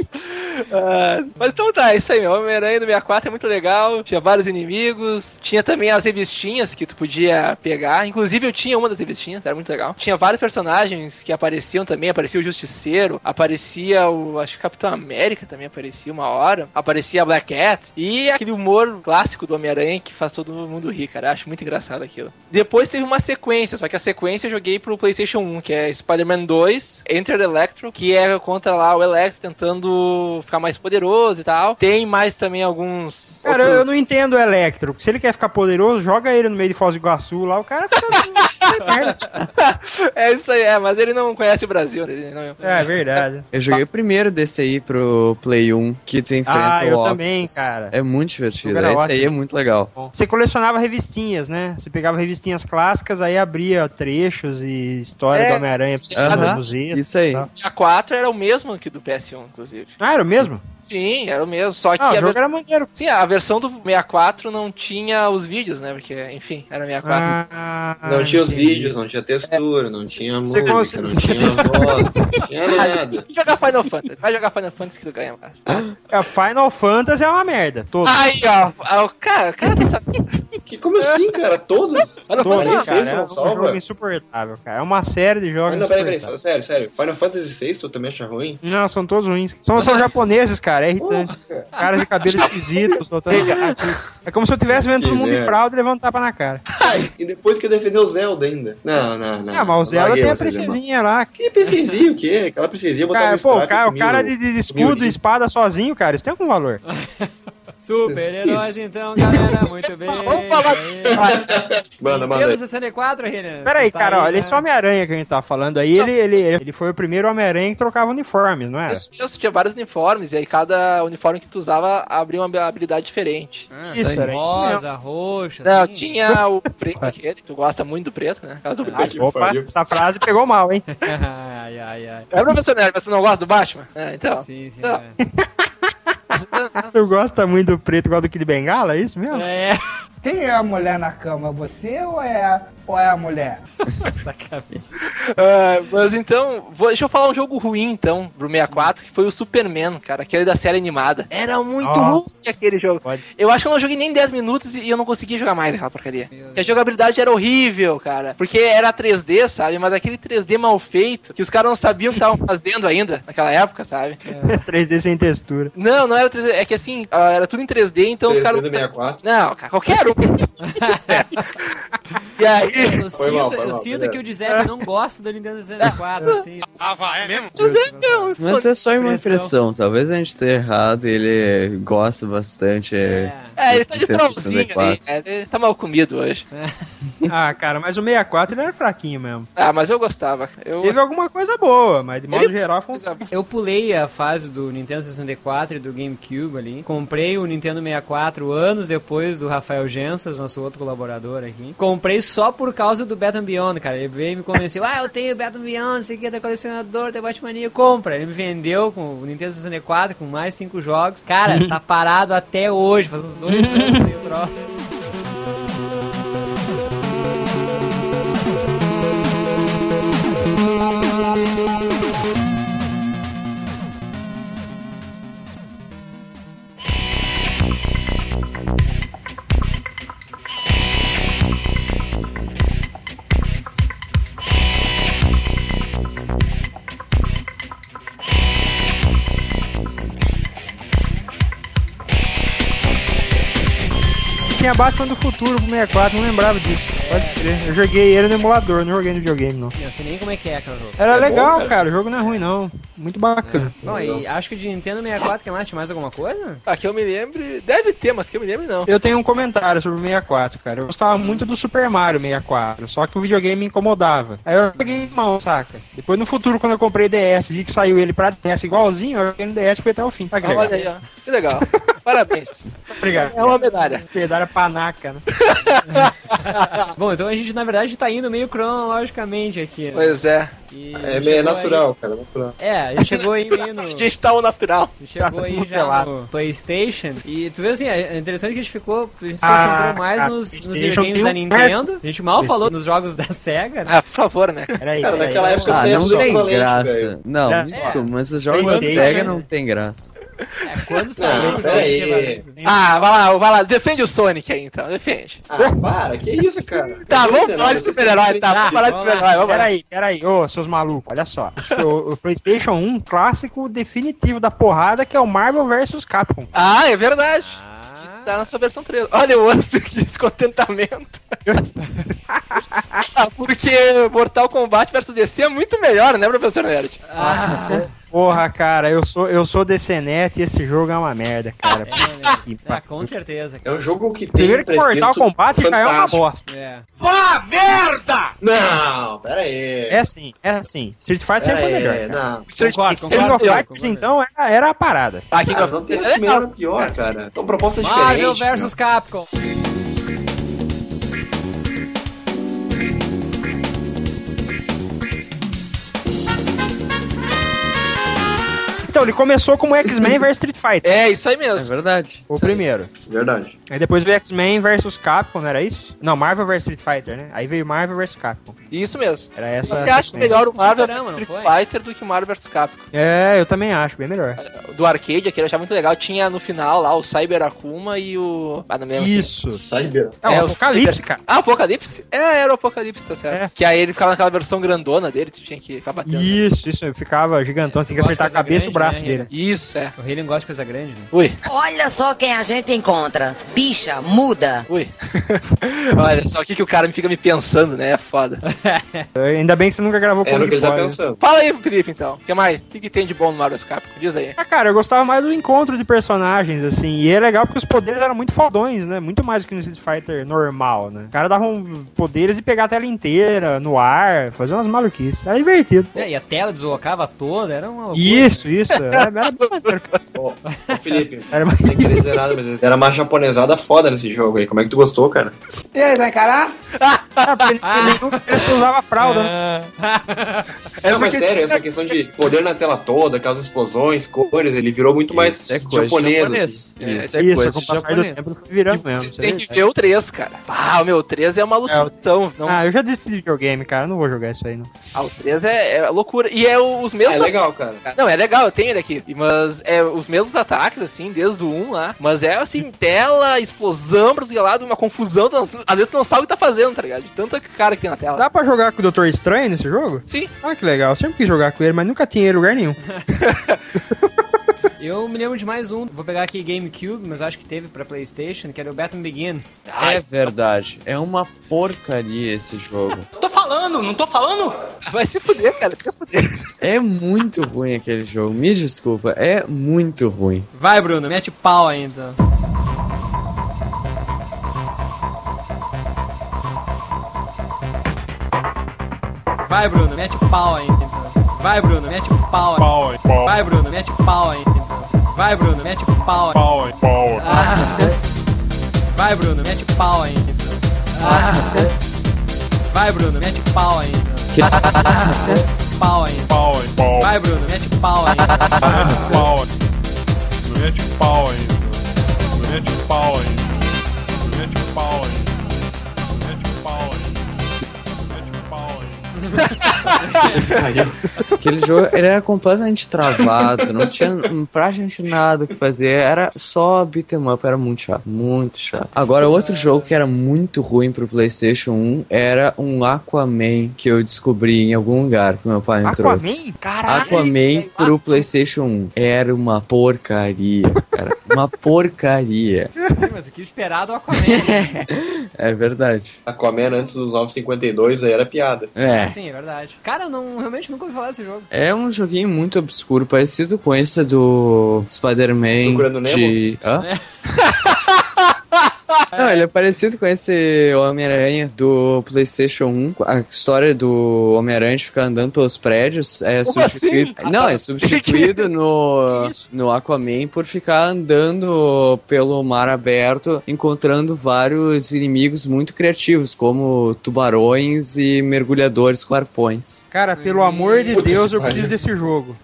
Speaker 3: Ah, mas então tá, é isso aí, meu. Homem-Aranha do 64 é muito legal. Tinha vários inimigos. Tinha também as revistinhas que tu podia pegar. Inclusive, eu tinha uma das revistinhas, era muito legal. Tinha vários personagens que apareciam também. Aparecia o Justiceiro, aparecia o. Acho que o Capitão América também aparecia uma hora. Aparecia a Black Cat. E aquele humor clássico do Homem-Aranha que faz todo mundo rir, cara. Eu acho muito engraçado aquilo. Depois teve uma sequência, só que a sequência eu joguei pro PlayStation 1, que é Spider-Man 2, Enter the Electro, que é contra lá o Electro tentando ficar mais poderoso e tal. Tem mais também alguns.
Speaker 7: Cara, eu- eu
Speaker 3: outros-
Speaker 7: não entendo o Electro. Se ele quer ficar poderoso, joga ele no meio de Foz do Iguaçu lá, o cara tá fica.
Speaker 3: É isso aí, é, mas ele não conhece o Brasil. Ele não... um-
Speaker 7: é verdade.
Speaker 10: Eu joguei o primeiro desse aí pro Play 1, que tu enfrenta
Speaker 7: Ah,
Speaker 10: o
Speaker 7: eu
Speaker 10: Octopus.
Speaker 7: também, cara.
Speaker 10: É muito divertido.
Speaker 7: Jogo era
Speaker 10: Esse aí
Speaker 7: ótimo.
Speaker 10: é muito legal.
Speaker 7: Você colecionava revistinhas, né? Você pegava revistinhas clássicas, aí abria trechos e história
Speaker 3: É.
Speaker 7: do Homem-Aranha pra
Speaker 10: Aham.
Speaker 7: museus.
Speaker 10: Isso aí.
Speaker 7: Tá.
Speaker 3: A 4 era o mesmo que do PS1, inclusive.
Speaker 7: Ah, era o mesmo?
Speaker 3: Sim, era o é mesmo. Só que
Speaker 7: Ah, o
Speaker 3: a,
Speaker 7: jogo
Speaker 3: ver-
Speaker 7: era maneiro.
Speaker 3: Sim, a versão do 64 não tinha os vídeos, né? Porque, enfim, era 64.
Speaker 7: Ah,
Speaker 4: Não tinha os
Speaker 7: entendi.
Speaker 4: vídeos, não tinha textura, não tinha
Speaker 7: Você
Speaker 4: música,
Speaker 7: consegue-
Speaker 4: não tinha voz, não tinha
Speaker 3: Vai
Speaker 4: nada.
Speaker 3: jogar Final Fantasy. Vai jogar Final Fantasy que tu ganha mais.
Speaker 7: A É, Final Fantasy é uma merda. Todo.
Speaker 3: Aí, ó. ah, o Cara, o cara tá sabendo.
Speaker 4: Que, como assim, cara? Todos?
Speaker 3: Final
Speaker 7: Todo,
Speaker 3: Fantasy é
Speaker 4: Todos. vocês
Speaker 7: cara,
Speaker 4: não
Speaker 7: é um
Speaker 4: salva?
Speaker 7: jogo insuportável, cara. É uma série de jogos
Speaker 4: Mas não, peraí, peraí,
Speaker 7: insuportáveis.
Speaker 4: fala sério, sério. Final Fantasy VI tu também acha ruim?
Speaker 7: Não, são todos ruins. São, são japoneses, cara, é irritante. Caras de cabelo esquisito, soltando É como se eu estivesse vendo
Speaker 4: Que
Speaker 7: todo mundo de
Speaker 4: merda.
Speaker 7: fralda e levando tapa na cara.
Speaker 4: E depois que defendeu o Zelda ainda. Não, não, não.
Speaker 7: Ah, mas o Zelda
Speaker 4: Larguei
Speaker 7: tem a
Speaker 4: vocês,
Speaker 7: princesinha lá.
Speaker 4: irmão. Que princesinha, o quê? Aquela princesinha botar
Speaker 7: Cara,
Speaker 4: um
Speaker 7: pô, o
Speaker 4: strap
Speaker 7: cara, o
Speaker 4: comigo.
Speaker 7: cara de, de escudo
Speaker 4: humilde.
Speaker 7: e espada sozinho, cara, isso tem algum valor.
Speaker 1: Super heróis, então, galera. Muito bem.
Speaker 3: Vamos falar
Speaker 4: Manda, manda aí.
Speaker 1: Nintendo 64, Renan.
Speaker 7: Pera aí,
Speaker 1: Tá
Speaker 7: cara, olha,
Speaker 1: né?
Speaker 7: esse Homem-Aranha que a gente tá falando aí, ele, ele, ele foi o primeiro Homem-Aranha que trocava uniformes, não é? era?
Speaker 3: Isso mesmo, tinha vários uniformes, e aí cada uniforme que tu usava abria uma habilidade diferente.
Speaker 7: Ah, Isso, era isso mesmo.
Speaker 1: Rosa, roxa.
Speaker 3: Não,
Speaker 1: assim.
Speaker 3: tinha o preto aquele, tu gosta muito do preto, né? Por causa do Batman.
Speaker 7: Opa,
Speaker 4: pariu.
Speaker 7: essa frase pegou mal, hein?
Speaker 1: ai, ai, ai.
Speaker 3: É professor Nerd, mas tu não gosta do Batman? É, então.
Speaker 1: Sim, sim.
Speaker 3: Não.
Speaker 7: Tu gosta muito do preto igual do Kid Bengala, é isso mesmo?
Speaker 1: É, É,
Speaker 5: Quem é a mulher na cama? Você ou é a, ou é a mulher?
Speaker 1: sacanagem.
Speaker 3: Ah, mas então, vou- deixa eu falar um jogo ruim então, pro 64, que foi o Superman, cara, aquele da série animada. Era muito
Speaker 7: Nossa.
Speaker 3: ruim aquele jogo.
Speaker 7: Pode.
Speaker 3: Eu acho que eu não joguei nem 10 minutos e eu não conseguia jogar mais aquela porcaria. Porque a jogabilidade era horrível, cara. Porque era 3D, sabe? Mas aquele 3D mal feito, que os caras não sabiam o que estavam fazendo ainda, naquela época, sabe?
Speaker 7: 3D sem textura.
Speaker 3: Não, não era 3D. É que assim, ah, era tudo em 3D, então os
Speaker 4: 3D
Speaker 3: caras.
Speaker 4: do 64.
Speaker 3: Não, cara, qualquer um. e aí.
Speaker 1: Eu
Speaker 4: Foi mal,
Speaker 1: sinto,
Speaker 4: foi
Speaker 1: eu
Speaker 4: mal,
Speaker 1: sinto
Speaker 4: beleza.
Speaker 1: que o Giuseppe não gosta do Nintendo 64, assim.
Speaker 3: Mas é, não,
Speaker 10: Mas é só uma
Speaker 1: Impressão.
Speaker 10: impressão. Talvez a gente esteja errado e ele gosta bastante.
Speaker 1: É.
Speaker 3: É, ele tá de
Speaker 10: Nintendo
Speaker 3: trollzinho ali.
Speaker 10: 64.
Speaker 3: É, ele tá mal comido hoje.
Speaker 7: Ah, cara, mas o 64 ele era fraquinho mesmo.
Speaker 3: Ah, mas eu gostava. Eu
Speaker 7: Teve alguma coisa boa, mas de modo
Speaker 3: Ele-
Speaker 7: geral foi um
Speaker 3: gostava.
Speaker 1: Eu pulei a fase do Nintendo 64 e do GameCube ali. Comprei o Nintendo 64 anos depois do Rafael Gensas, nosso outro colaborador aqui. Comprei só por causa do Batman Beyond, cara. Ele veio e me convenceu. Ah, eu tenho Batman Beyond, sei que é colecionador, tem Batmania, compra. Ele me vendeu com o Nintendo 64, com mais cinco jogos. Cara, tá parado até hoje, faz uns dois anos que tem o troço.
Speaker 7: Tinha Batman do futuro pro 64, não lembrava disso. Pode escrever. Eu joguei ele no emulador, não joguei no videogame, não.
Speaker 1: Eu não sei nem como é que é É. aquele jogo.
Speaker 7: Era
Speaker 4: É bom,
Speaker 7: legal,
Speaker 4: cara.
Speaker 7: cara. O jogo não é ruim, não. Muito bacana.
Speaker 1: Não, e acho que de Nintendo 64 que mais? Tinha mais alguma coisa?
Speaker 3: Ah, que eu me lembre. Deve ter, mas que eu me lembre não.
Speaker 7: Eu tenho um comentário sobre o 64, cara. Eu gostava muito do Super Mario 64, só que o videogame me incomodava. Aí eu peguei em mão, saca? Depois no futuro, quando eu comprei DS, vi que saiu ele pra DS igualzinho, eu joguei no DS e fui até o fim. Tá
Speaker 3: Ah, olha aí, ó. Que legal. Parabéns.
Speaker 7: Obrigado.
Speaker 3: É uma medalha.
Speaker 7: Pedaram a panaca, né?
Speaker 1: Bom, então a gente, na verdade, tá indo meio cronologicamente aqui. né?
Speaker 3: Pois é.
Speaker 1: E
Speaker 4: É
Speaker 1: chegou
Speaker 4: meio
Speaker 1: aí-
Speaker 4: natural, cara, natural.
Speaker 1: É, já chegou aí meio no.
Speaker 3: A gente tá o natural.
Speaker 1: Chegou aí já
Speaker 7: Pelado.
Speaker 1: no PlayStation. E tu vê assim, é interessante que a gente ficou. A gente se
Speaker 7: Ah,
Speaker 1: concentrou mais
Speaker 7: cara,
Speaker 1: nos, nos
Speaker 7: PlayStation
Speaker 1: videogames
Speaker 7: tem
Speaker 1: da
Speaker 7: um
Speaker 1: Nintendo. A gente mal falou nos jogos da Sega. né?
Speaker 3: Ah, por favor, né?
Speaker 7: Peraí,
Speaker 4: Cara,
Speaker 7: peraí.
Speaker 4: naquela época
Speaker 10: Ah,
Speaker 4: você
Speaker 10: não tem
Speaker 4: ambivalente,
Speaker 10: graça.
Speaker 4: velho.
Speaker 10: Não,
Speaker 7: É.
Speaker 10: me desculpa, mas os jogos da
Speaker 7: Quando
Speaker 10: SEGA
Speaker 1: sai,
Speaker 10: não
Speaker 1: né?
Speaker 10: tem graça.
Speaker 1: É, quando saiu.
Speaker 4: Não,
Speaker 1: o
Speaker 4: pera aí.
Speaker 1: videogame, né?
Speaker 3: Ah, vai lá, vai lá. Defende o Sonic aí, então. Defende.
Speaker 4: Ah, para, que isso, cara?
Speaker 3: Tá, vamos
Speaker 4: 19,
Speaker 3: falar de super-herói, tá? Vamos falar de
Speaker 1: vamos lá.
Speaker 3: super-herói, vamos lá.
Speaker 4: né?
Speaker 7: Peraí, peraí, ô, seus malucos, olha só. O, o PlayStation 1, clássico definitivo da porrada, que é o Marvel vs Capcom.
Speaker 3: Ah, é verdade.
Speaker 1: Ah,
Speaker 3: Tá na sua versão 3. Olha o outro que descontentamento. ah, porque Mortal Kombat vs DC é muito melhor, né, professor Nerd?
Speaker 1: ah,
Speaker 7: Porra, cara, eu sou, eu sou DCNet e esse jogo é uma merda, cara.
Speaker 1: é,
Speaker 7: Que
Speaker 1: né? Ah, com certeza.
Speaker 4: É um jogo que tem.
Speaker 7: Primeiro
Speaker 4: um
Speaker 7: que Mortal
Speaker 4: pretexto
Speaker 7: Kombat já é uma
Speaker 4: fantástico.
Speaker 7: bosta.
Speaker 1: É.
Speaker 2: Vá merda!
Speaker 4: Não, pera aí.
Speaker 7: É assim, é assim. Street Fighter sempre foi
Speaker 4: Pera aí,
Speaker 7: melhor. cara.
Speaker 4: É, Não. Ah,
Speaker 1: Concordo,
Speaker 7: King
Speaker 1: concordo.
Speaker 7: of
Speaker 1: concordo,
Speaker 7: Fighters,
Speaker 1: concordo.
Speaker 7: então, era, era a parada.
Speaker 3: Ah, King
Speaker 4: Cara,
Speaker 3: of
Speaker 4: não tem
Speaker 3: Fighters é
Speaker 4: esse melhor
Speaker 3: legal.
Speaker 4: ou pior, cara. São
Speaker 7: é
Speaker 4: propostas
Speaker 1: Marvel
Speaker 4: diferentes.
Speaker 1: vs
Speaker 7: né?
Speaker 1: Capcom.
Speaker 7: Então, ele começou como X-Men vs Street Fighter.
Speaker 3: É, isso aí
Speaker 10: É
Speaker 3: mesmo.
Speaker 10: verdade.
Speaker 7: O
Speaker 10: Isso aí.
Speaker 7: primeiro.
Speaker 4: Verdade.
Speaker 7: Aí depois veio X-Men vs Capcom, não era isso? Não, Marvel vs Street Fighter, né? Aí veio Marvel vs Capcom.
Speaker 3: Isso mesmo.
Speaker 7: Era essa.
Speaker 3: Eu acho
Speaker 7: sequência.
Speaker 3: melhor o Marvel
Speaker 1: Caramba, não
Speaker 3: Street
Speaker 1: foi?
Speaker 3: Fighter do que o Marvel vs Capcom.
Speaker 7: É, eu também acho, bem melhor.
Speaker 3: Do arcade, aquele eu achava muito legal. Tinha no final lá o Cyber Akuma e o. Ah, não me lembro.
Speaker 7: Isso.
Speaker 4: Cyber.
Speaker 7: É,
Speaker 3: É,
Speaker 7: o
Speaker 3: o
Speaker 7: Apocalipse, cara.
Speaker 3: Ah, Apocalipse? É, era o Apocalipse, tá certo.
Speaker 7: É.
Speaker 3: Que aí ele ficava naquela versão grandona dele, tu tinha que ficar batendo.
Speaker 7: Isso, isso. eu Ficava gigantão, você tem que
Speaker 1: Gosto de
Speaker 7: acertar
Speaker 1: coisa
Speaker 7: a cabeça e o
Speaker 1: grande,
Speaker 7: braço
Speaker 1: né,
Speaker 7: dele.
Speaker 3: Isso, é.
Speaker 1: O Helen gosta de coisa grande, né?
Speaker 3: Ui,
Speaker 13: Olha só quem a gente encontra. Bicha, muda.
Speaker 3: ui. Olha só o que, que o cara fica me pensando, né? É foda.
Speaker 7: Ainda bem que você nunca gravou
Speaker 4: Era o que ele tá
Speaker 7: Foda.
Speaker 4: pensando.
Speaker 3: Fala aí, Felipe, então. O que mais? O que, que tem de bom no Marvel vs Capcom? Diz aí.
Speaker 7: Ah, cara, eu gostava mais do encontro de personagens, assim. E é legal porque os poderes eram muito fodões, né? Muito mais do que no Street Fighter normal, né? O cara dava um- poderes de pegar a tela inteira, no ar, fazer umas maluquices. Era divertido.
Speaker 1: É, e a tela deslocava toda, era uma loucura.
Speaker 7: Isso, isso. Era, era bem maneiro, cara.
Speaker 4: Ó, ô, Felipe,
Speaker 7: Era mais...
Speaker 4: sem querer dizer nada, mas era uma japonesada foda nesse jogo aí. Como é que tu gostou, cara?
Speaker 5: Vocês vão encarar?
Speaker 7: Ah, porque ele, ele não usava fralda, né?
Speaker 4: É, não, mas
Speaker 7: porque-
Speaker 4: sério, essa questão de poder na tela toda, aquelas explosões, cores, ele virou muito mais
Speaker 10: Isso é coisa de
Speaker 4: japonês. assim.
Speaker 10: japonês.
Speaker 3: assim.
Speaker 10: Isso é
Speaker 7: Isso,
Speaker 10: coisa
Speaker 7: com o
Speaker 10: de
Speaker 7: passar do
Speaker 10: japonês.
Speaker 7: tempo, foi virando mesmo.
Speaker 3: Você tem que
Speaker 7: sabe?
Speaker 3: ver o 3, cara. Ah, o meu 3 é uma alucinação. Não,
Speaker 7: Ah, eu já desisti de videogame, cara. Não vou jogar isso aí, não.
Speaker 3: ah, o 3 é, é loucura. E é o- os mesmos
Speaker 4: É legal, cara.
Speaker 3: ataques. Não, é legal, eu tenho ele aqui. E- Mas é os mesmos ataques, assim, desde o 1 lá. Mas é assim, tela, explosão pra todo lado, uma confusão. tu não- Às vezes tu não sabe o que tá fazendo, tá ligado? De tanta cara que tem na tela.
Speaker 7: Dá pra jogar com o Doutor Estranho nesse jogo?
Speaker 3: Sim.
Speaker 7: Ah, que legal. Eu sempre quis jogar com ele, mas nunca tinha em lugar nenhum.
Speaker 1: Eu me lembro de mais um, vou pegar aqui GameCube, mas acho que teve pra Playstation, que era o Batman Begins.
Speaker 10: É verdade. É uma porcaria esse jogo.
Speaker 5: Tô falando, não tô falando?
Speaker 3: Vai se fuder, cara. Se fuder.
Speaker 10: É muito ruim aquele jogo. Me desculpa. É muito ruim.
Speaker 1: Vai, Bruno, mete pau então. ainda. Vai, Bruno, mete pau ainda. então. Vai, Bruno, mete pau ainda. Vai, Bruno, mete pau ainda. então. Vai, Bruno, mete pau ainda. Ah. Vai, Bruno, mete pau ainda. então. Ah. Vai, Bruno, mete pau então. ainda. Pau ainda. Vai, Bruno, mete pau ainda.
Speaker 10: Aquele jogo ele era completamente travado. Não tinha praticamente nada o que fazer. Era só beat 'em up. Era muito chato. Muito chato. Agora, outro jogo que era muito ruim pro PlayStation 1 era um Aquaman que eu descobri em algum lugar que meu pai me trouxe.
Speaker 7: Aquaman?
Speaker 10: Aquaman pro PlayStation 1 era uma porcaria, cara. Uma porcaria.
Speaker 1: Ih, Mas o que esperado o Aquaman.
Speaker 10: É verdade.
Speaker 4: Aquaman antes dos 952 aí era piada.
Speaker 10: É.
Speaker 1: Sim, é verdade. Cara, eu não, realmente nunca ouvi falar desse jogo.
Speaker 10: É um joguinho muito obscuro, parecido com esse do
Speaker 4: Procurando
Speaker 10: Spider-Man de. Hã?
Speaker 3: É.
Speaker 10: Não, ele é parecido com esse Homem-Aranha do PlayStation 1. A história do Homem-Aranha de ficar andando pelos prédios é
Speaker 3: Como assim?
Speaker 10: substituído. Não, é substituído no, no Aquaman por ficar andando pelo mar aberto, encontrando vários inimigos muito criativos, como tubarões e mergulhadores com arpões.
Speaker 7: Cara, pelo amor de Deus, eu preciso desse jogo.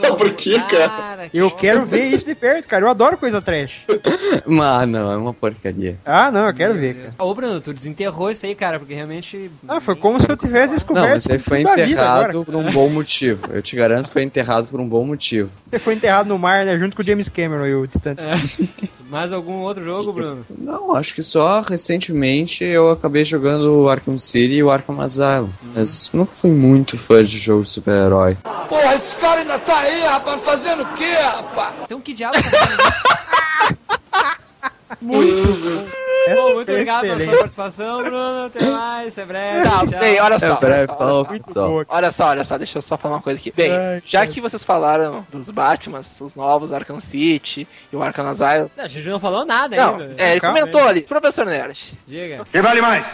Speaker 1: Pelo
Speaker 4: Por que,
Speaker 1: amor-
Speaker 4: cara?
Speaker 7: Eu quero ver isso de perto, cara. Eu adoro coisa trash.
Speaker 10: Ah, não, é uma porcaria.
Speaker 7: Ah, não, eu quero ver, cara.
Speaker 1: Ô, Bruno, tu desenterrou isso aí, cara, porque realmente.
Speaker 7: Ah, foi como se eu tivesse descoberto
Speaker 10: Não, mas ele
Speaker 7: isso
Speaker 10: foi
Speaker 7: tudo da vida
Speaker 10: enterrado
Speaker 7: agora.
Speaker 10: por um bom motivo. Eu te garanto, foi enterrado por um bom motivo.
Speaker 7: Ele foi enterrado no mar, né? Junto com o James Cameron e o Titanic.
Speaker 1: Mais algum outro jogo, Bruno?
Speaker 10: Não, acho que só recentemente eu acabei jogando o Arkham City e o Arkham Asylum.
Speaker 1: Hum.
Speaker 10: Mas nunca fui muito fã de jogo de super-herói.
Speaker 5: Porra, esse cara ainda tá aí, rapaz, fazendo o quê, rapaz?
Speaker 1: Então que diabo tá fazendo? Bom, muito obrigado pela sua participação, Bruno. Até mais, até breve.
Speaker 3: Tá,
Speaker 1: tchau.
Speaker 3: bem, olha só. olha só, olha só.
Speaker 7: Muito boa.
Speaker 3: Olha só, olha só, deixa eu só falar uma coisa aqui. Bem,
Speaker 7: Ai,
Speaker 3: já
Speaker 7: cara.
Speaker 3: que vocês falaram dos Batmans, os novos, Arkham City e o Arkham Asylum.
Speaker 1: Não, a gente não falou nada
Speaker 3: Não,
Speaker 1: ainda.
Speaker 3: é, ele
Speaker 7: né? Calma,
Speaker 3: comentou ali, professor Nerd,
Speaker 1: Diga.
Speaker 5: Que vale mais?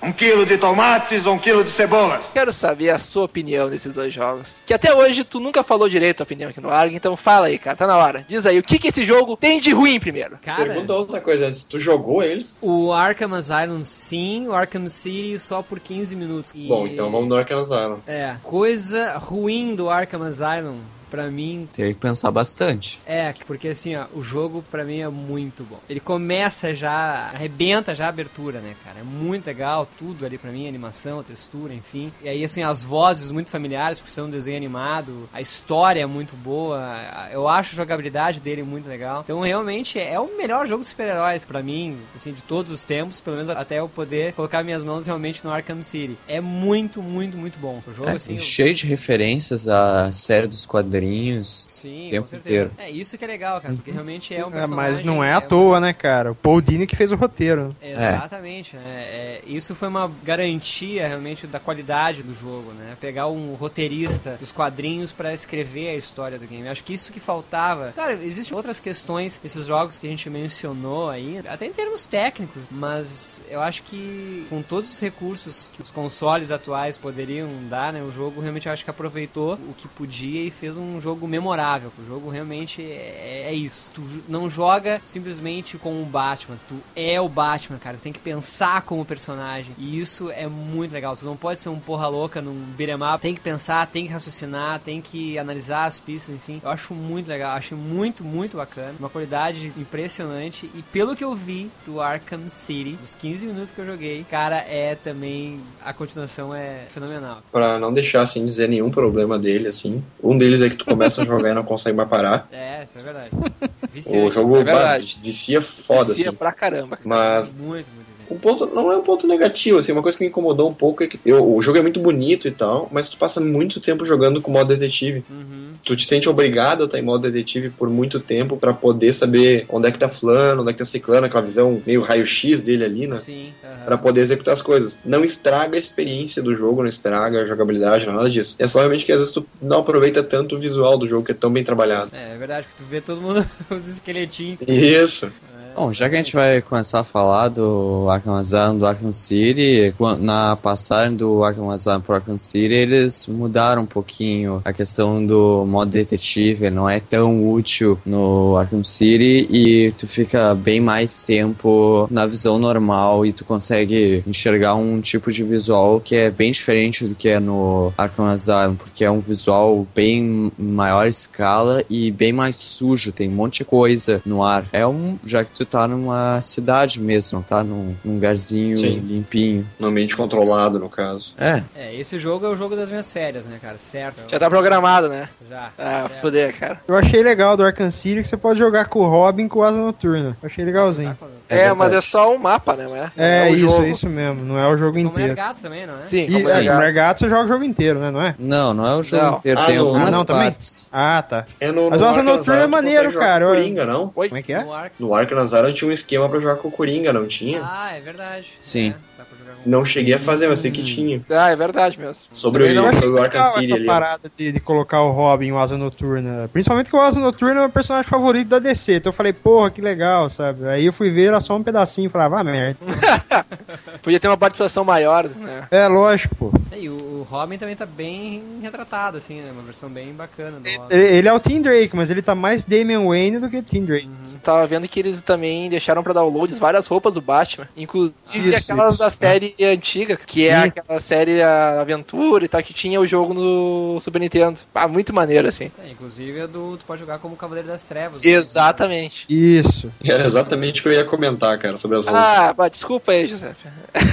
Speaker 5: Um quilo de tomates ou um quilo de cebolas?
Speaker 3: quero saber a sua opinião desses dois jogos. Que até hoje tu nunca falou direito a opinião aqui no Arg, então fala aí, cara, tá na hora. Diz aí, o que, que esse jogo tem de ruim primeiro?
Speaker 1: Cara,
Speaker 4: Pergunta outra coisa antes. Tu jogou eles?
Speaker 1: o Arkham Asylum sim, o Arkham City só por 15 minutos. E-
Speaker 4: então Bom, então vamos no Arkham Asylum.
Speaker 1: É, coisa ruim do Arkham Asylum. Pra mim,
Speaker 10: Teria que pensar bastante.
Speaker 1: É, porque assim, ó, o jogo pra mim é muito bom. Ele começa já, arrebenta já a abertura, né, cara? É muito legal, tudo ali pra mim, animação, textura, enfim. E aí, assim, as vozes muito familiares, porque são um desenho animado, a história é muito boa, a- eu acho a jogabilidade dele muito legal. Então, realmente, é o melhor jogo de super-heróis pra mim, assim, de todos os tempos, pelo menos até eu poder colocar minhas mãos realmente no Arkham City. É muito, muito, muito bom. O jogo,
Speaker 10: É,
Speaker 1: assim, eu-
Speaker 10: cheio de referências à série dos quadrinhos.
Speaker 1: Sim,
Speaker 10: o tempo
Speaker 1: com certeza.
Speaker 10: inteiro.
Speaker 1: É isso que é legal, cara, porque realmente é um
Speaker 7: É,
Speaker 1: personagem...
Speaker 7: mas não é à
Speaker 1: um-
Speaker 7: toa, né, cara? O Paul Dini que fez o roteiro.
Speaker 1: Exatamente, né? É, isso foi uma garantia realmente da qualidade do jogo, né? Pegar um roteirista dos quadrinhos pra escrever a história do game. Acho que isso que faltava. Cara, existem outras questões esses jogos que a gente mencionou aí, até em termos técnicos, mas eu acho que com todos os recursos que os consoles atuais poderiam dar, né, o jogo realmente eu acho que aproveitou o que podia e fez um jogo memorável. O jogo realmente é, é isso. Tu ju- não joga simplesmente com o Batman, tu é o Batman, cara. Tu tem que pensar como personagem. E isso é muito legal. Tu não pode ser um porra louca num beat'em up. Tem que pensar, tem que raciocinar, tem que analisar as pistas, enfim. Eu acho muito legal, acho muito, muito bacana. Uma qualidade impressionante. E pelo que eu vi do Arkham City, dos 15 minutos que eu joguei, cara, é também. A continuação é fenomenal.
Speaker 4: Pra não deixar sem dizer nenhum problema dele, assim. Um deles é que tu começa a jogar e não consegue mais parar.
Speaker 1: É, isso é verdade.
Speaker 4: O
Speaker 1: Viciante.
Speaker 4: jogo
Speaker 3: É verdade.
Speaker 4: bah, vicia foda,
Speaker 3: Vicia
Speaker 4: assim.
Speaker 3: é pra caramba.
Speaker 4: Mas
Speaker 1: Muito, muito viciante.
Speaker 4: um ponto, não é um ponto negativo, assim, uma coisa que me incomodou um pouco é que eu- o jogo é muito bonito e tal, mas tu passa muito tempo jogando com modo detetive.
Speaker 1: Uhum.
Speaker 4: Tu te sente obrigado a estar em modo detetive por muito tempo pra poder saber onde é que tá fulano, onde é que tá ciclano, aquela visão meio raio-x dele ali, né?
Speaker 1: Sim. aham.
Speaker 4: Pra poder executar as coisas. Não estraga a experiência do jogo, não estraga a jogabilidade, nada disso. É só realmente que às vezes tu não aproveita tanto o visual do jogo que é tão bem trabalhado.
Speaker 1: É, é verdade, porque tu vê todo mundo os esqueletinhos.
Speaker 4: Isso.
Speaker 10: Bom, já que a gente vai começar a falar do Arkham Asylum, do Arkham City, quan- na passagem do Arkham Asylum pro Arkham City, eles mudaram um pouquinho a questão do modo detetive, ele não é tão útil no Arkham City e tu fica bem mais tempo na visão normal e tu consegue enxergar um tipo de visual que é bem diferente do que é no Arkham Asylum, porque é um visual bem maior escala e bem mais sujo, tem um monte de coisa no ar. É um, já que tu tá numa cidade mesmo, não tá num, num lugarzinho
Speaker 4: Sim.
Speaker 10: limpinho.
Speaker 4: No ambiente controlado, no caso.
Speaker 10: É,
Speaker 1: É, esse jogo é o jogo das minhas férias, né, cara? Certo.
Speaker 3: Já tá programado, né?
Speaker 1: Já. É.
Speaker 3: Ah,
Speaker 7: É.
Speaker 1: certo.
Speaker 3: foder, cara.
Speaker 7: Eu achei legal do Arkham City que você pode jogar com o Robin com o Asa Noturna. Eu achei legalzinho.
Speaker 3: É,
Speaker 10: verdade.
Speaker 3: mas é só um mapa, né? Não
Speaker 7: É,
Speaker 3: o
Speaker 7: isso,
Speaker 3: jogo.
Speaker 7: é isso mesmo. Não é o jogo
Speaker 1: Como é
Speaker 7: inteiro.
Speaker 1: gato também, não é?
Speaker 3: Sim, como
Speaker 7: Isso,
Speaker 3: é
Speaker 10: Sim.
Speaker 3: gato.
Speaker 7: é gato, você joga o jogo inteiro, né? Não é?
Speaker 10: Não, não é o jogo
Speaker 3: Não.
Speaker 10: inteiro,
Speaker 4: Ah,
Speaker 10: tem
Speaker 4: não.
Speaker 10: algumas
Speaker 7: Ah, não, também?
Speaker 10: partes.
Speaker 7: Ah, tá.
Speaker 4: É no,
Speaker 7: Mas o Asa
Speaker 4: Arkham
Speaker 7: Noturna é
Speaker 4: Asylum tu
Speaker 7: maneiro,
Speaker 4: consegue jogar com
Speaker 7: cara,
Speaker 4: o
Speaker 7: olha.
Speaker 4: Coringa, não?
Speaker 3: Oi?
Speaker 7: Como é que é?
Speaker 1: No arco.
Speaker 4: No Arkham Asylum tinha um esquema pra jogar com o Coringa, não tinha?
Speaker 1: Ah, é verdade.
Speaker 10: Sim.
Speaker 1: É, dá pra jogar com...
Speaker 4: Não cheguei a fazer, mas sei que tinha.
Speaker 3: Ah, é verdade mesmo.
Speaker 4: Sobre
Speaker 3: Também não
Speaker 4: o,
Speaker 3: achei
Speaker 4: sobre o Arkham
Speaker 7: legal
Speaker 4: City
Speaker 7: essa
Speaker 4: ali.
Speaker 7: parada de, de colocar o Robin e o Asa Noturna. Principalmente que o Asa Noturna é o personagem favorito da DC. Então eu falei, porra, que legal, sabe? Aí eu fui ver, era só um pedacinho e falava, ah, merda.
Speaker 3: é. Podia ter uma participação maior, né?
Speaker 7: É, lógico, pô.
Speaker 1: É, E o, o Robin também tá bem retratado, assim, né? Uma versão bem bacana do Robin.
Speaker 7: Ele, ele é o Tim Drake, mas ele tá mais Damian Wayne do que Tim Drake.
Speaker 3: Tava vendo que eles também deixaram pra downloads várias roupas do Batman. Inclusive
Speaker 7: Isso,
Speaker 3: aquelas
Speaker 7: isso,
Speaker 3: da
Speaker 7: é.
Speaker 3: série antiga, que é
Speaker 10: Sim.
Speaker 3: aquela série a Aventura e tal, que tinha o jogo no Super Nintendo. Ah, muito maneiro, assim.
Speaker 1: É, inclusive, é do, tu pode jogar como Cavaleiro das Trevas. né?
Speaker 3: Exatamente.
Speaker 7: Isso.
Speaker 4: Era exatamente o que eu ia comentar, cara, sobre as roupas.
Speaker 3: Ah, pá, desculpa aí, José.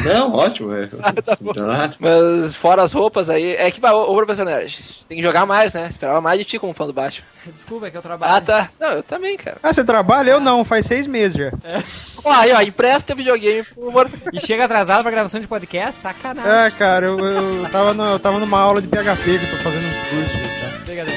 Speaker 4: Não, ótimo, é. Não dá nada.
Speaker 3: Mas fora as roupas aí, é que, pá, ô, ô professor Nerd, tem que jogar mais, né? Esperava mais de ti como fã do Batman.
Speaker 1: Desculpa, é que eu
Speaker 3: Ah,
Speaker 1: trabalho.
Speaker 3: tá. Não, eu também, cara.
Speaker 7: Ah, você trabalha? Eu não, faz seis meses já.
Speaker 3: Ó, aí, ó, empresta teu videogame pro Morfeu.
Speaker 1: E chega atrasado pra gravação de podcast, sacanagem.
Speaker 7: É, cara, eu, eu, tava no- eu tava numa aula de PHP que eu tô fazendo um curso. Cara.
Speaker 1: Obrigado.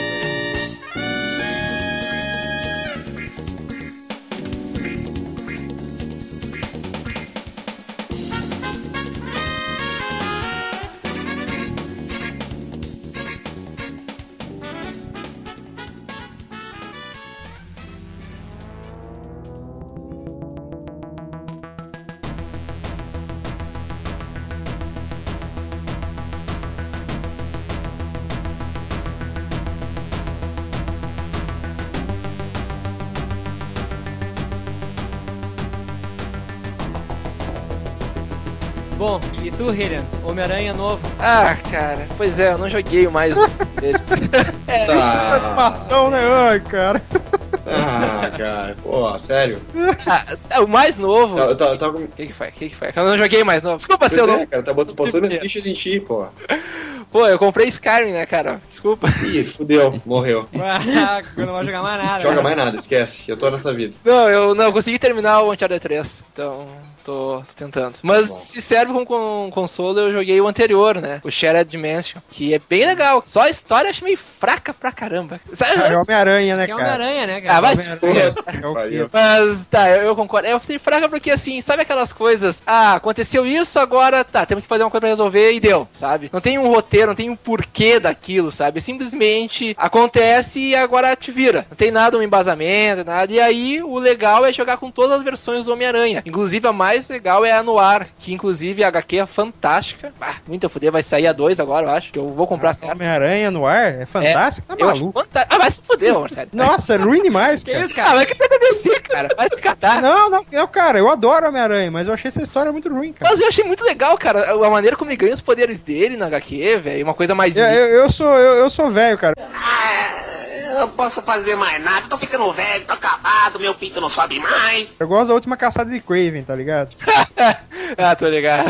Speaker 1: Bom, e tu, Hillian? Homem-Aranha novo.
Speaker 3: Ah, cara, pois é, eu não é, joguei mais. Eles-
Speaker 4: Tá.
Speaker 7: Satisfação, né? Ai, cara.
Speaker 4: Ah, cara. Pô, sério.
Speaker 3: Ah, é o mais novo.
Speaker 4: Tá, tá, tá com-
Speaker 3: O que, que foi? O que, que foi? Eu não joguei mais novo. Desculpa,
Speaker 4: Pois
Speaker 3: seu
Speaker 4: é,
Speaker 3: nome.
Speaker 4: cara, tá botando, postando minhas fichas em ti, pô.
Speaker 3: Pô, eu comprei Skyrim, né, cara? Desculpa.
Speaker 4: Ih, fudeu, morreu.
Speaker 1: Ah, eu não vou jogar mais nada. né?
Speaker 4: Joga mais nada, esquece. Eu tô nessa vida.
Speaker 3: Não, eu não eu consegui terminar o Uncharted 3, então tô, tô tentando. Mas
Speaker 4: Bom.
Speaker 3: se serve como con- consolo, eu joguei o anterior, né? O Shared Dimension, que é bem legal. Só a história eu achei meio fraca pra caramba. Sabe?
Speaker 7: É Homem-Aranha, né,
Speaker 1: Que é
Speaker 7: cara?
Speaker 1: Homem-Aranha, né, cara?
Speaker 3: Ah, vai se
Speaker 7: Homem-Aranha.
Speaker 3: fuder.
Speaker 7: É o
Speaker 4: Pariu.
Speaker 7: quê?
Speaker 3: Mas tá, eu, eu concordo. Eu fiquei fraca porque assim, sabe aquelas coisas? Ah, aconteceu isso, agora tá, temos que fazer uma coisa pra resolver e deu, sabe? Não tem um roteiro, não tem um porquê daquilo, sabe? Simplesmente acontece e agora te vira. Não tem nada, um embasamento, nada. E aí o legal é jogar com todas as versões do Homem-Aranha. Inclusive a mais legal é a Noir, que inclusive a HQ é fantástica. Ah, muito a fuder, vai sair a 2 agora, eu acho, que eu vou comprar
Speaker 7: Nossa,
Speaker 3: certo.
Speaker 7: Homem-Aranha no ar? É fantástico? É, Tá
Speaker 3: Eu acho
Speaker 7: maluco.
Speaker 3: fanta- Ah, vai se fuder, Marcelo.
Speaker 7: Nossa, é ruim demais,
Speaker 1: Que
Speaker 7: cara.
Speaker 1: isso,
Speaker 3: Ah,
Speaker 1: cara?
Speaker 3: vai que agradecer, cara. Vai se catar.
Speaker 7: Não, não, eu, cara, eu adoro Homem-Aranha, mas eu achei essa história muito ruim, cara.
Speaker 3: Mas eu achei muito legal, cara, a maneira como ele ganha os poderes dele na HQ, velho. Uma coisa mais.
Speaker 7: Eu,
Speaker 3: li-
Speaker 7: eu- eu sou, eu, eu sou velho, cara.
Speaker 5: Ah, Eu não posso fazer mais nada, tô ficando velho, tô acabado, meu pinto não sobe mais.
Speaker 7: Eu gosto da última caçada de Craven, tá ligado?
Speaker 3: ah, tô ligado.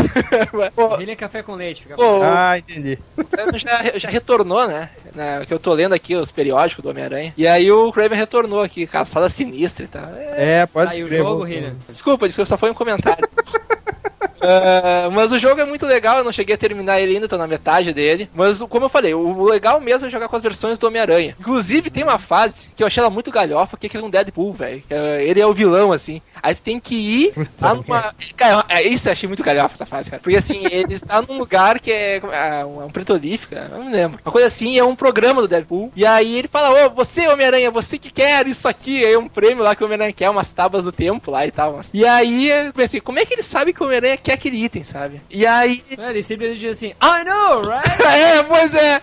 Speaker 3: pô,
Speaker 1: Ele é café com leite. Fica...
Speaker 3: pô,
Speaker 7: Ah, entendi.
Speaker 3: o Kraven já, já retornou, né? né? Que eu tô lendo aqui os periódicos do Homem-Aranha. E aí o Kraven retornou aqui, caçada sinistra e tal. É,
Speaker 7: É, pode
Speaker 1: Aí o
Speaker 7: escrever,
Speaker 1: jogo,
Speaker 7: vou-
Speaker 1: Hillian.
Speaker 3: Desculpa, desculpa, só foi um comentário. Ah, mas o jogo é muito legal, eu não cheguei a terminar ele ainda, tô na metade dele. Mas como eu falei, o legal mesmo é jogar com as versões do Homem-Aranha. Inclusive, tem uma fase que eu achei ela muito galhofa, que é um Deadpool, velho. Que, ah, Ele é o vilão, assim. Aí tu tem que ir lá numa. Cara, é isso eu achei muito galhofa essa fase, cara. Porque assim, ele está num lugar que é. ah, um um petrolífico, né? eu não lembro. Uma coisa assim, é um programa do Deadpool. E aí ele fala: Ô, você, Homem-Aranha, você que quer isso aqui. Aí é um prêmio lá que o Homem-Aranha quer, umas tábuas do tempo lá e tal. umas- E aí eu pensei: como é que ele sabe que o Homem-Aranha quer aquele item, sabe? E aí
Speaker 1: É, Ele simplesmente diz assim, I know, right?
Speaker 3: é, pois é.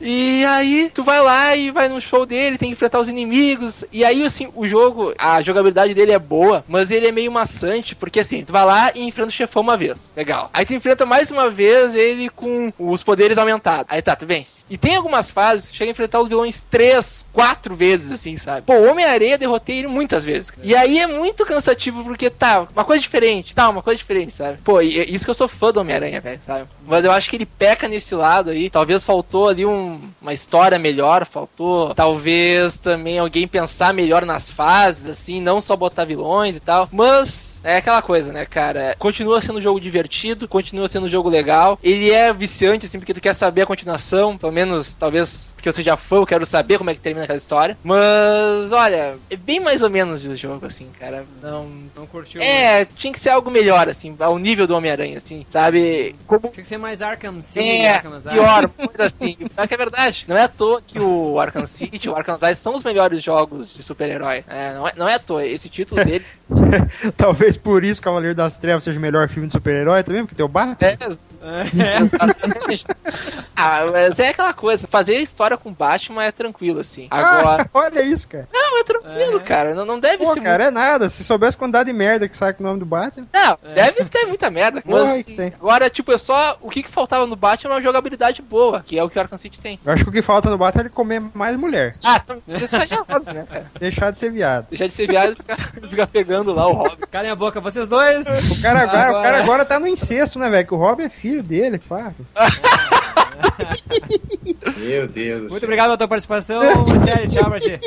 Speaker 3: E aí, tu vai lá e vai no show dele, tem que enfrentar os inimigos. E aí, assim, o jogo, a jogabilidade dele é boa, mas ele é meio maçante, porque assim, tu vai lá e enfrenta o chefão uma vez. Legal. Aí tu enfrenta mais uma vez ele com os poderes aumentados. Aí tá, tu vence. E tem algumas fases, que chega a enfrentar os vilões três, quatro vezes, assim, sabe? Pô, o Homem-Areia derrotei ele muitas vezes. E aí é muito cansativo, porque tá, uma coisa diferente, tá, uma coisa diferente, sabe? Pô, e, e é isso que eu sou fã do Homem-Aranha, velho, sabe? Mas eu acho que ele peca nesse lado aí. Talvez faltou ali um- uma história melhor, faltou talvez também alguém pensar melhor nas fases, assim, não só botar vilões e tal. Mas é aquela coisa, né, cara? Continua sendo um jogo divertido, continua sendo um jogo legal. Ele é viciante, assim, porque tu quer saber a continuação, pelo menos, talvez, porque eu seja fã, eu quero saber como é que termina aquela história. Mas, olha, é bem mais ou menos o jogo, assim, cara. Não.
Speaker 1: Não curtiu. né?
Speaker 3: É, tinha que ser algo melhor, assim, ao nível do Homem-Aranha, assim, sabe? Como
Speaker 1: Tinha que ser mais Arkham City,
Speaker 3: é,
Speaker 1: Arkham Asylum.
Speaker 3: pior, coisa assim. Pior que é verdade. Não é à toa que o Arkham City, o Arkham Asylum são os melhores jogos de super-herói. É, não, é, não é à toa. Esse título dele
Speaker 7: Talvez por isso Cavaleiro das Trevas seja o melhor filme de super-herói também, porque tem o Batman.
Speaker 3: é. exatamente. ah, mas é aquela coisa. Fazer história com Batman é tranquilo, assim. Agora.
Speaker 7: Ah, olha isso, cara.
Speaker 3: Não, é tranquilo, cara. Não, não deve
Speaker 7: Pô,
Speaker 3: ser
Speaker 7: cara, é nada. Se soubesse a quantidade de merda que sai com o nome do Batman.
Speaker 3: Não, deve ter muita merda. Mas
Speaker 7: Ai, tem.
Speaker 3: agora, tipo, é só. O que, que faltava no Batman é uma jogabilidade boa, que é o que o Arkham City tem.
Speaker 7: Eu acho que o que falta no Batman é ele comer mais mulher.
Speaker 3: Ah, então, isso aí é óbvio, né, cara?
Speaker 7: Deixar de ser viado.
Speaker 3: Deixar de ser viado e ficar, ficar pegando lá o Robin.
Speaker 1: Calem a boca, vocês dois.
Speaker 7: O cara agora,
Speaker 1: Agora-
Speaker 7: O cara agora tá no incesto, né, velho? Que o Robin é filho dele, pá.
Speaker 4: Meu Deus. do
Speaker 1: Muito
Speaker 4: céu.
Speaker 1: obrigado pela tua participação, Marcelo. Tchau pra ti.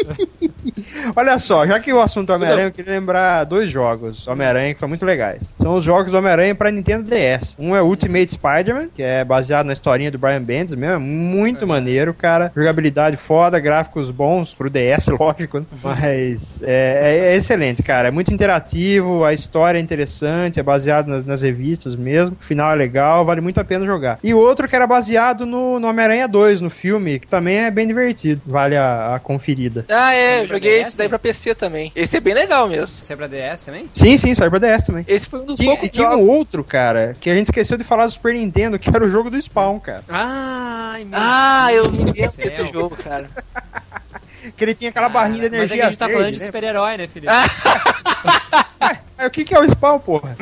Speaker 7: Olha só, já que o assunto é Homem-Aranha, eu queria lembrar dois jogos Homem-Aranha que são muito legais. São os jogos Homem-Aranha pra Nintendo DS. Um é Ultimate Spider-Man, que é baseado na historinha do Brian Bendis mesmo. É muito maneiro, cara. Jogabilidade foda, gráficos bons pro DS, lógico. Né? Mas é, é- é excelente, cara. É muito interativo, a história é interessante, é baseado nas, nas revistas mesmo. O final é legal, vale muito a pena jogar. E outro que era baseado no, no Homem-Aranha 2, no filme, que também é bem divertido. Vale a- a conferida.
Speaker 3: Ah, é, eu
Speaker 1: Pra
Speaker 3: joguei
Speaker 1: DS?
Speaker 3: isso daí pra PC também. Esse é bem legal mesmo.
Speaker 1: Você é pra DS também?
Speaker 7: Sim, sim, saiu pra DS também.
Speaker 3: Esse foi um dos
Speaker 7: Tinha,
Speaker 3: poucos
Speaker 7: e tinha
Speaker 3: jogos.
Speaker 7: um outro, cara, que a gente esqueceu de falar do Super Nintendo, que era o jogo do Spawn, cara.
Speaker 1: Ai, meu
Speaker 3: Ah, eu me
Speaker 1: Deus do
Speaker 3: lembro
Speaker 1: céu.
Speaker 3: desse jogo, cara.
Speaker 7: Que ele tinha aquela barrinha de
Speaker 1: Mas é
Speaker 7: energia
Speaker 1: que a gente tá
Speaker 7: verde,
Speaker 1: falando de
Speaker 7: né?
Speaker 1: super-herói, né, Felipe?
Speaker 3: Ah.
Speaker 7: é Aí, o que que é o Spawn, porra?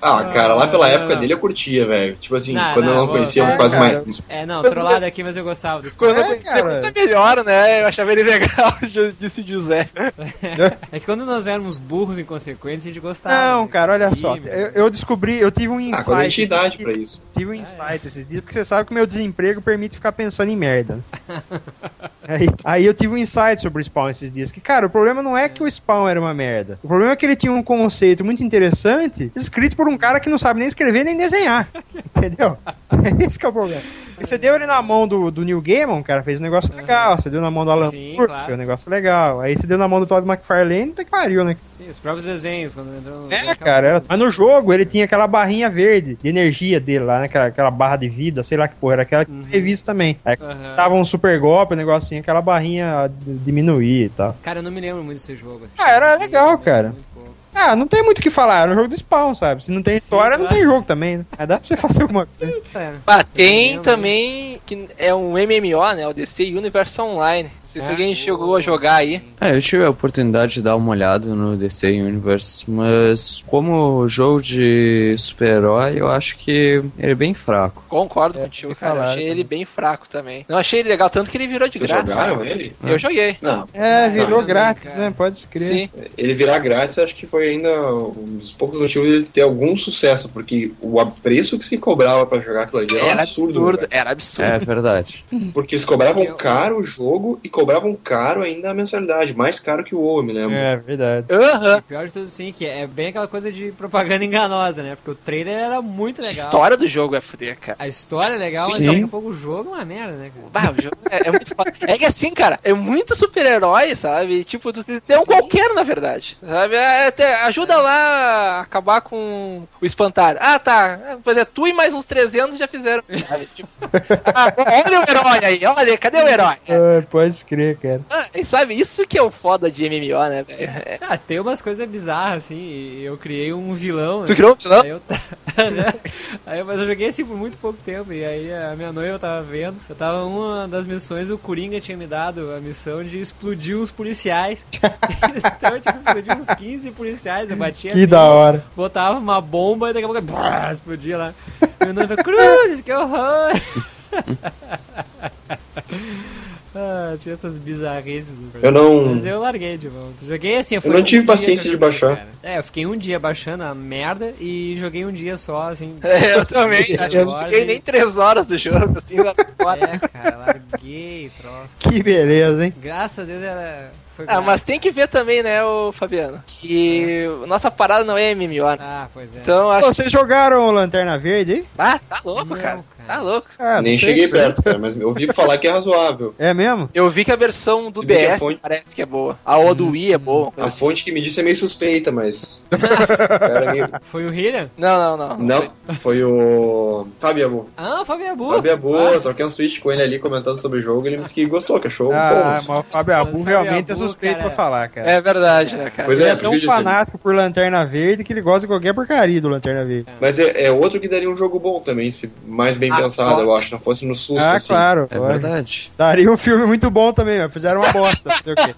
Speaker 4: Ah, cara, lá pela época dele eu curtia, velho. Tipo assim,
Speaker 1: Não,
Speaker 4: quando eu
Speaker 1: não,
Speaker 4: não conhecia
Speaker 7: é,
Speaker 4: quase
Speaker 7: cara.
Speaker 4: mais.
Speaker 1: É, não, trollada aqui, mas eu gostava do Squall.
Speaker 3: Quando eu
Speaker 7: É,
Speaker 3: conheci
Speaker 7: cara.
Speaker 3: muito melhor, né? Eu achava ele legal, disse o José.
Speaker 1: É que quando nós éramos burros inconsequentes, a gente gostava.
Speaker 7: Não,
Speaker 1: né?
Speaker 7: cara, olha só.
Speaker 1: Ih,
Speaker 7: Eu, eu descobri, eu tive um
Speaker 4: Ah, quando a
Speaker 7: insight.
Speaker 4: gente tinha idade pra isso.
Speaker 7: Tive um insight esses dias, porque você sabe que o meu desemprego permite ficar pensando em merda. aí, aí eu tive um insight sobre o Spawn esses dias, que, cara, o problema não é que o Spawn era uma merda. O problema é que ele tinha um conceito muito interessante, escrito por um cara que não sabe nem escrever nem desenhar. Entendeu? Esse que é o problema. Porque Você deu ele na mão do, do Neil Gaiman, cara, fez um negócio legal. Você deu na mão do Alan
Speaker 1: Sim,
Speaker 7: Moore,
Speaker 1: claro.
Speaker 7: fez um negócio legal. Aí você deu na mão do Todd McFarlane, tá que pariu, né?
Speaker 1: Sim, os próprios desenhos, quando entrou no.
Speaker 7: É, cara. era- Mas no jogo ele tinha aquela barrinha verde de energia dele lá, né? Aquela, aquela barra de vida, sei lá que porra, era aquela que tinha revista também. Aí quando
Speaker 1: Aham.
Speaker 7: tava um super golpe, um negócio assim, aquela barrinha d- diminuía e tal.
Speaker 1: Cara, eu não me lembro muito desse jogo. assim.
Speaker 7: Ah, era legal, cara.
Speaker 1: Muito pouco.
Speaker 7: Ah, não tem muito o que falar, era um jogo do spawn, sabe? Se não tem história, não
Speaker 1: claro.
Speaker 7: tem jogo também, né? Mas dá pra você fazer alguma coisa.
Speaker 1: É.
Speaker 3: Ah, tem
Speaker 1: Lembro.
Speaker 3: também que é um MMO, né? O DC Universe Online. Não sei se
Speaker 1: Ah,
Speaker 3: alguém
Speaker 1: boa.
Speaker 3: chegou a jogar aí.
Speaker 10: É, eu tive a oportunidade de dar uma olhada no DC Universe, mas como jogo de super-herói, eu acho que ele é bem fraco.
Speaker 3: Concordo contigo, cara. Eu
Speaker 7: falaram
Speaker 3: achei ele bem fraco também. Não achei ele legal, tanto que ele virou de graça.
Speaker 4: Jogaram
Speaker 3: né?
Speaker 4: ele?
Speaker 3: Eu joguei.
Speaker 4: Não,
Speaker 7: É,
Speaker 4: Não,
Speaker 7: virou
Speaker 4: não,
Speaker 7: grátis,
Speaker 1: cara.
Speaker 7: né? Pode escrever.
Speaker 3: Sim.
Speaker 4: ele virar grátis acho que foi ainda um dos poucos motivos de ele ter algum sucesso, porque o a- preço que se cobrava pra jogar aquilo ali era,
Speaker 3: Era
Speaker 4: um absurdo.
Speaker 3: absurdo,
Speaker 4: velho.
Speaker 3: era absurdo.
Speaker 10: É verdade.
Speaker 4: Porque eles cobravam
Speaker 1: Eu-
Speaker 4: caro o jogo e cobravam caro ainda a mensalidade, mais caro que o né? WoW, me lembro.
Speaker 7: É, verdade.
Speaker 3: Aham.
Speaker 1: O pior de tudo, sim, que é bem aquela coisa de propaganda enganosa, né? Porque o trailer era muito
Speaker 3: A
Speaker 1: legal.
Speaker 3: história do jogo é fuder, cara.
Speaker 1: A história é legal, mas
Speaker 10: Sim.
Speaker 1: daqui a pouco o jogo é uma merda, né, cara?
Speaker 3: Bah, o jogo é, é muito foda. É que assim, cara, é muito super-herói, sabe? Tipo, tu tem um
Speaker 1: Sim.
Speaker 3: qualquer, na verdade. Sabe? É, até- ajuda lá a acabar com o espantalho. Ah, tá. É, Pois é, tu e mais uns 300 já fizeram, sabe? Tipo, ah, olha o herói aí, olha, cadê o herói?
Speaker 7: É, pode escrever, cara.
Speaker 3: Ah, e sabe, isso que é o foda de MMO, né? velho? É,
Speaker 1: Ah, tem umas coisas bizarras, assim, e eu criei um vilão, né?
Speaker 3: Tu criou um vilão?
Speaker 1: Aí eu, ta- né? aí, eu- mas eu joguei assim por muito pouco tempo. E aí a minha noiva tava vendo. Eu tava uma das missões, o Coringa tinha me dado a missão de explodir uns policiais. então eu tinha que explodir uns 15 policiais. Eu batia
Speaker 7: Que da hora.
Speaker 1: botava uma bomba e daqui a pouco brrr, explodia lá. Meu nome é Cruzes, que horror! ah, tinha essas bizarrices.
Speaker 4: Eu não.
Speaker 1: Mas eu larguei de mão. Joguei assim, foi
Speaker 4: não
Speaker 1: um
Speaker 4: tive
Speaker 1: dia
Speaker 4: paciência
Speaker 1: que eu
Speaker 4: de
Speaker 1: joguei,
Speaker 4: baixar.
Speaker 1: cara. É, eu fiquei um dia baixando a merda e joguei um dia só, assim.
Speaker 3: é, eu também. Acho que eu não
Speaker 1: Agora,
Speaker 3: fiquei nem 3 horas do jogo, assim, lá fora.
Speaker 1: É, cara, larguei, troço.
Speaker 7: Que beleza, hein?
Speaker 1: Graças a Deus era. Foi
Speaker 3: Ah,
Speaker 1: grátis.
Speaker 3: mas tem que ver também, né, ô Fabiano? Que nossa parada não é MMO, né?
Speaker 1: Ah, pois é.
Speaker 3: Então, acho
Speaker 7: Pô, vocês jogaram o Lanterna Verde aí?
Speaker 3: Ah, tá louco,
Speaker 1: Não,
Speaker 3: cara.
Speaker 1: cara.
Speaker 3: Tá louco.
Speaker 7: Ah, não
Speaker 4: Nem
Speaker 7: sei.
Speaker 4: cheguei perto, cara, mas eu ouvi falar que é razoável.
Speaker 7: É mesmo?
Speaker 3: Eu vi que a versão do
Speaker 4: Se bem que a
Speaker 3: DS
Speaker 4: fonte-
Speaker 3: parece que é boa. A O do Wii é boa. coisa
Speaker 4: A
Speaker 3: assim.
Speaker 4: fonte que me disse é meio suspeita, mas. Cara, é meio-
Speaker 1: Foi o Hillian?
Speaker 3: Não, não, não.
Speaker 4: Não, foi o. Fabiabu.
Speaker 1: Ah, o Ah, Fabian Burro.
Speaker 4: Fabiabu, eu troquei uns tweets com ele ali comentando sobre o jogo e ele me disse que gostou, que achou um
Speaker 7: Ah,
Speaker 4: bom.
Speaker 7: mas o Fábio Abu
Speaker 1: Fábio
Speaker 7: realmente é
Speaker 1: Abu,
Speaker 7: suspeito
Speaker 1: cara.
Speaker 7: pra falar, cara.
Speaker 3: É verdade, né, cara?
Speaker 4: Pois
Speaker 7: Ele
Speaker 4: é,
Speaker 7: é
Speaker 4: por isso que eu
Speaker 7: tão
Speaker 4: disse, ele-
Speaker 7: fanático por Lanterna Verde que ele gosta de qualquer porcaria do Lanterna Verde.
Speaker 4: Mas é, é outro que daria um jogo bom também, se mais bem
Speaker 3: Ah,
Speaker 4: pensado,
Speaker 3: claro.
Speaker 4: eu acho. Não fosse no susto,
Speaker 7: ah,
Speaker 4: assim.
Speaker 7: claro.
Speaker 10: É
Speaker 7: lógico.
Speaker 10: verdade.
Speaker 7: Daria um filme muito bom também, mas fizeram uma bosta. Fazer o quê?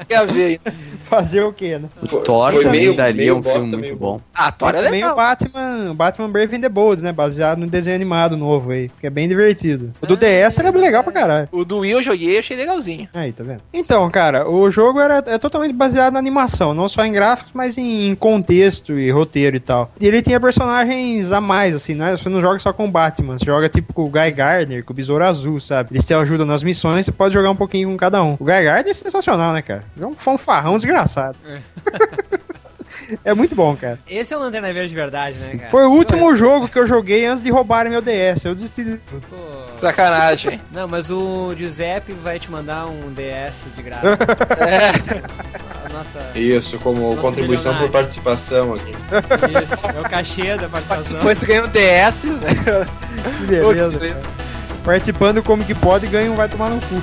Speaker 4: É,
Speaker 3: Quer ver aí.
Speaker 7: Fazer o quê, né?
Speaker 4: foi-
Speaker 10: Thor
Speaker 4: foi
Speaker 10: também
Speaker 4: meio-
Speaker 10: daria
Speaker 4: meio
Speaker 10: um filme
Speaker 4: bosta,
Speaker 10: muito
Speaker 4: meio
Speaker 10: bom.
Speaker 3: Ah, a Tora é
Speaker 7: Também o
Speaker 3: legal.
Speaker 7: Batman, o Batman Brave and the Bold, né? Baseado no desenho animado novo aí, que é bem divertido. O do DS era legal pra caralho.
Speaker 3: O do Wii eu joguei, achei legalzinho.
Speaker 7: Aí, tá vendo? Então, cara, o jogo era, é totalmente baseado na animação, não só em gráficos, mas em contexto e roteiro e tal. E ele tinha personagens a mais, assim, né? Você não joga só com o Batman, você joga tipo com o Guy Gardner, com o Besouro Azul, sabe? Eles te ajudam nas missões, você pode jogar um pouquinho com cada um. O Guy Gardner é sensacional, né, cara? É um fanfarrão desgraçado. É muito bom, cara.
Speaker 1: Esse é o Lanterna Verde de verdade, né, cara?
Speaker 7: Foi o
Speaker 1: Não,
Speaker 7: último jogo que eu joguei antes de roubarem meu DS. Eu desisti. de-
Speaker 1: esse- pô.
Speaker 3: Sacanagem.
Speaker 1: Não, mas o Giuseppe vai te mandar um DS de graça. A Nossa,
Speaker 4: Isso, como
Speaker 1: Nossa,
Speaker 4: contribuição
Speaker 1: milionário.
Speaker 4: por participação aqui.
Speaker 1: isso. É o cachê da participação.
Speaker 3: Participantes ganham DS, né?
Speaker 7: Que Beleza. cara. Participando como que pode, ganha um vai tomar no cu.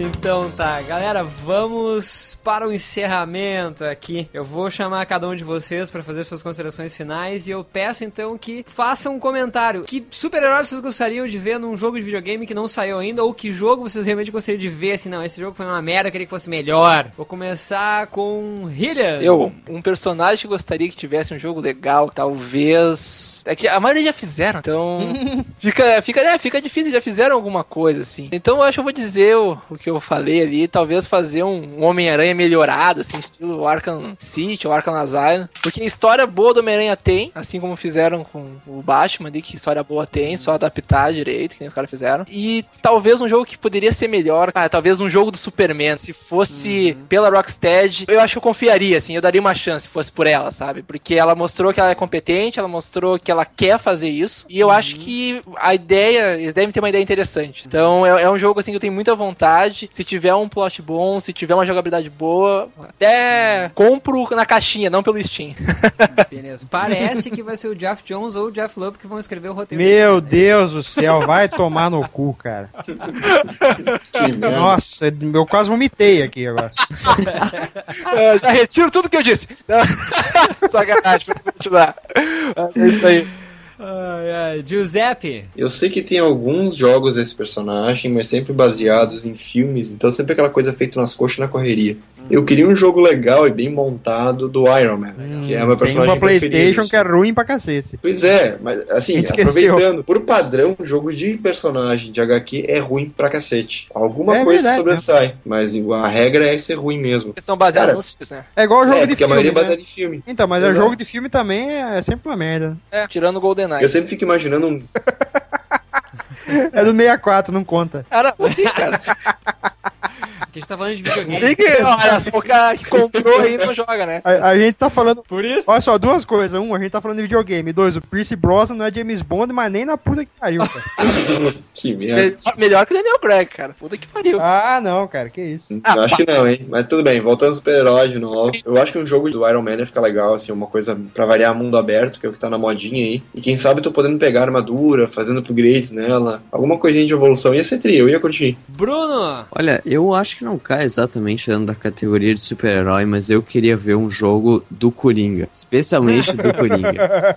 Speaker 1: Então tá, galera, vamos para o encerramento aqui. Eu vou chamar cada um de vocês para fazer suas considerações finais e eu peço então que façam um comentário. Que super-herói vocês gostariam de ver num jogo de videogame que não saiu ainda? Ou que jogo vocês realmente gostariam de ver? Assim, não, esse jogo foi uma merda, eu queria que fosse melhor. Vou começar com Hillian.
Speaker 3: Eu, um personagem que gostaria que tivesse um jogo legal, talvez. É que a maioria já fizeram, então. fica, fica, né, fica difícil, já fizeram alguma coisa, assim. Então eu acho que eu vou dizer o, o que eu falei ali, talvez fazer um, um Homem-Aranha melhorado, assim, estilo Arkham City ou Arkham Asylum. Porque história boa do Homem-Aranha tem, assim como fizeram com o Batman ali, que história boa tem, só adaptar direito, que nem os caras fizeram. E talvez um jogo que poderia ser melhor, cara, talvez um jogo do Superman, se fosse pela Rocksteady, eu acho que eu confiaria, assim, eu daria uma chance se fosse por ela, sabe? Porque ela mostrou que ela é competente, ela mostrou que ela quer fazer isso, e eu acho que a ideia, eles devem ter uma ideia interessante. Então é, é um jogo, assim, que eu tenho muita vontade, se tiver um plot bom, se tiver uma jogabilidade boa, até compro na caixinha, não pelo Steam.
Speaker 1: Beleza. Parece que vai ser o Jeff Jones ou o Jeff Loeb que vão escrever o roteiro.
Speaker 7: Meu Deus do céu, vai tomar no cu, cara.
Speaker 4: Que merda.
Speaker 7: Nossa, eu quase vomitei aqui agora.
Speaker 3: Ah, já retiro tudo que eu disse. Não, Sacanagem, vou continuar. Mas É isso aí.
Speaker 1: Ai, ai. Giuseppe.
Speaker 4: Eu sei que tem alguns jogos desse personagem, mas sempre baseados em filmes, então sempre aquela coisa feita nas coxas na correria. Eu queria um jogo legal e bem montado do Iron Man, que é o meu
Speaker 7: Hum, Tem
Speaker 4: personagem
Speaker 7: uma Playstation
Speaker 4: preferido. assim.
Speaker 7: que é ruim pra cacete.
Speaker 4: Pois é, mas
Speaker 7: A
Speaker 4: assim,
Speaker 7: gente esqueceu.
Speaker 4: aproveitando, por padrão, um jogo de personagem de HQ é ruim pra cacete. Alguma
Speaker 7: É
Speaker 4: coisa
Speaker 7: verdade,
Speaker 4: sobressai, mas a regra é ser ruim mesmo.
Speaker 3: Eles são baseados
Speaker 4: Cara,
Speaker 3: nos filmes, né?
Speaker 7: É igual jogo
Speaker 4: é,
Speaker 7: de
Speaker 4: porque
Speaker 7: filme.
Speaker 4: a maioria é
Speaker 7: né?
Speaker 4: baseada em filme.
Speaker 7: Então, mas é
Speaker 4: Exato.
Speaker 7: jogo de filme também é, é sempre uma merda.
Speaker 3: É. Tirando o GoldenEye.
Speaker 4: Eu sempre fico imaginando um.
Speaker 7: É do 64, não conta.
Speaker 3: Cara, assim, cara.
Speaker 1: Que a gente tá falando de
Speaker 4: É.
Speaker 1: videogame.
Speaker 3: Tem que, olha,
Speaker 4: assim,
Speaker 3: só o cara que comprou aí não joga, né?
Speaker 7: A, a gente tá falando.
Speaker 1: Por isso.
Speaker 7: Olha só, duas coisas. Um, a gente tá falando de videogame. Dois, o Pierce Brosnan não é James Bond, mas nem na puta que pariu, cara.
Speaker 4: que merda.
Speaker 3: Melhor, melhor que o Daniel Craig, cara. Puta que pariu.
Speaker 7: Ah, não, cara, que isso.
Speaker 4: Eu acho que não, hein? Mas tudo bem, voltando ao super-herói de novo. Eu acho que um jogo do Iron Man ia ficar legal, assim, uma coisa pra variar mundo aberto, que é o que tá na modinha aí. E quem sabe eu tô podendo pegar armadura, fazendo upgrades nela, alguma coisinha de evolução. Ia ser tri, eu ia curtir.
Speaker 1: Bruno.
Speaker 10: Olha, eu acho que não cai exatamente dentro da categoria de super-herói, mas eu queria ver um jogo do Coringa. Especialmente do Coringa.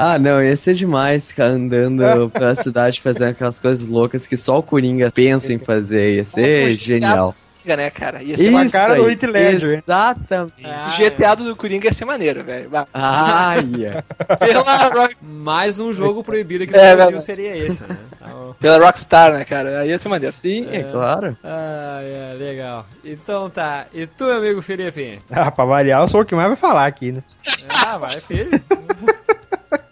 Speaker 10: Ah, não, ia ser demais ficar andando pela cidade fazendo aquelas coisas loucas que só o Coringa pensa em fazer. Ia ser
Speaker 3: Nossa,
Speaker 10: genial.
Speaker 3: Fica, né, cara? Ia ser
Speaker 7: uma
Speaker 10: Isso
Speaker 7: cara do
Speaker 10: aí,
Speaker 7: Heath Ledger.
Speaker 10: Exatamente.
Speaker 1: Ah,
Speaker 3: O GTA do Coringa ia ser maneiro, velho. Vai.
Speaker 10: Ai, ia.
Speaker 4: é.
Speaker 3: Pela, Rock-
Speaker 1: Mais um jogo proibido aqui no
Speaker 3: É,
Speaker 1: Brasil
Speaker 3: verdade.
Speaker 1: seria esse, né? Então,
Speaker 3: pela Rockstar, né, cara? Aí ia ser maneiro.
Speaker 10: Sim, é claro.
Speaker 1: ah, é, legal. Então tá. E tu, meu amigo Felipe?
Speaker 7: Ah, pra variar, eu sou o que mais vai falar aqui, né?
Speaker 1: Ah, vai, filho.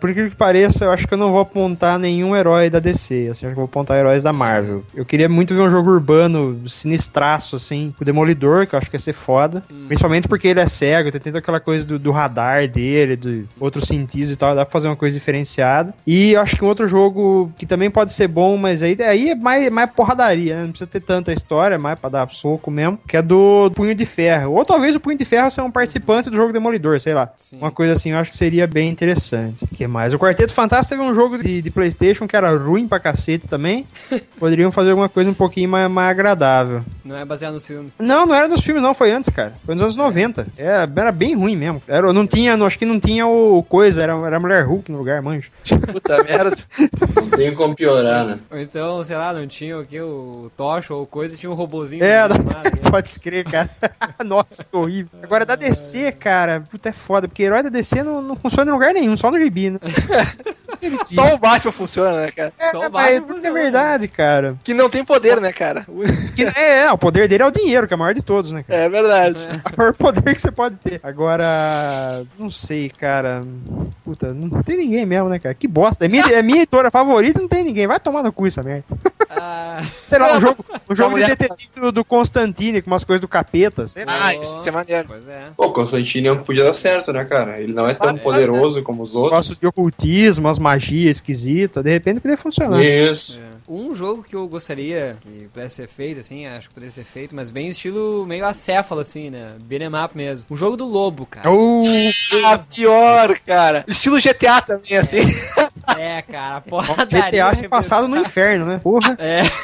Speaker 7: Por incrível que pareça, eu acho que eu não vou apontar nenhum herói da DC. Assim, eu acho que eu vou apontar heróis da Marvel. Eu queria muito ver um jogo urbano sinistraço, assim, com o Demolidor, que eu acho que ia ser foda. Principalmente porque ele é cego, tem toda aquela coisa do, do radar dele, de outros sentidos e tal. Dá pra fazer uma coisa diferenciada. E eu acho que um outro jogo que também pode ser bom, mas aí, aí é mais, mais porradaria, né? Não precisa ter tanta história, mais pra dar soco mesmo. Que é do Punho de Ferro. Ou talvez o Punho de Ferro seja um participante do jogo Demolidor, sei lá.
Speaker 1: Sim.
Speaker 7: Uma coisa assim, eu acho que seria bem interessante. O que mais? O Quarteto Fantástico teve um jogo de, de Playstation que era ruim pra cacete também. Poderiam fazer alguma coisa um pouquinho mais, mais agradável.
Speaker 1: Não é baseado nos filmes.
Speaker 7: Não, não era nos filmes não, foi antes, cara. Foi nos anos 90. Era, era bem ruim mesmo. Era, não tinha, não, acho que não tinha o, o coisa, era, era a Mulher Hulk no lugar, manjo.
Speaker 3: Puta merda.
Speaker 4: Não tenho como piorar, né?
Speaker 1: Ou então, sei lá, não tinha o que? O Tocha ou coisa, tinha um robozinho.
Speaker 7: É,
Speaker 1: animado, né?
Speaker 7: pode escrever, cara. Nossa, que horrível. Agora da DC, cara, puta é foda, porque herói da DC não, não funciona em lugar nenhum, só no gibi, né?
Speaker 3: Só o Batman funciona, né, cara?
Speaker 7: É,
Speaker 1: Só o
Speaker 7: mas
Speaker 1: Batman
Speaker 7: isso é
Speaker 1: funciona.
Speaker 7: verdade, cara.
Speaker 3: Que não tem poder, né, cara?
Speaker 7: Que- é, é, o poder dele é o dinheiro, que é o maior de todos, né, cara?
Speaker 3: É verdade.
Speaker 7: É o maior poder que você pode ter. Agora, não sei, cara. Puta, não tem ninguém mesmo, né, cara? Que bosta. É minha, é minha editora favorita, não tem ninguém. Vai tomar no cu essa merda.
Speaker 1: Ah,
Speaker 7: Sei lá, um jogo, um jogo de
Speaker 3: mulher-
Speaker 7: detetive do, do Constantine com umas coisas do capeta, sei lá.
Speaker 3: Ah, isso, isso é maneiro.
Speaker 1: pois é.
Speaker 4: Pô, Constantine é um que podia dar certo, né, cara? Ele não é tão poderoso como os
Speaker 7: Eu
Speaker 4: outros.
Speaker 7: gosto de ocultismo, as magias esquisitas, de repente poderia funcionar.
Speaker 4: Isso.
Speaker 1: É. Um jogo que eu gostaria que pudesse ser feito, assim, acho que poderia ser feito, mas bem estilo meio acéfalo, assim, né? Beat'em up mesmo. O jogo do lobo, cara.
Speaker 7: Ou
Speaker 3: Ah, pior, cara. Estilo GTA também, assim.
Speaker 1: É, cara,
Speaker 7: o
Speaker 1: porradaria.
Speaker 7: GTA se passado no inferno, né? Porra.
Speaker 1: É.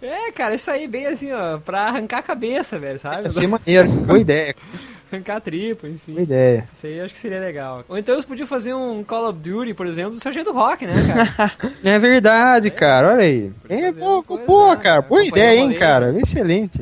Speaker 1: É, cara, isso aí bem assim, ó, pra arrancar a cabeça, velho, sabe?
Speaker 7: Assim é maneiro. Boa ideia,
Speaker 1: Arrancar a tripa, enfim.
Speaker 7: boa ideia.
Speaker 1: Isso aí eu acho que seria legal. Ou então eles podiam fazer um Call of Duty, por exemplo, do Sargento Rock, né, cara?
Speaker 7: É verdade, cara. Olha aí. É,
Speaker 1: fazer
Speaker 7: boa,
Speaker 1: uma coisa, né,
Speaker 7: boa,
Speaker 1: É,
Speaker 7: cara.
Speaker 1: cara?
Speaker 7: Boa ideia, hein,
Speaker 1: Companhia
Speaker 7: cara. Excelente.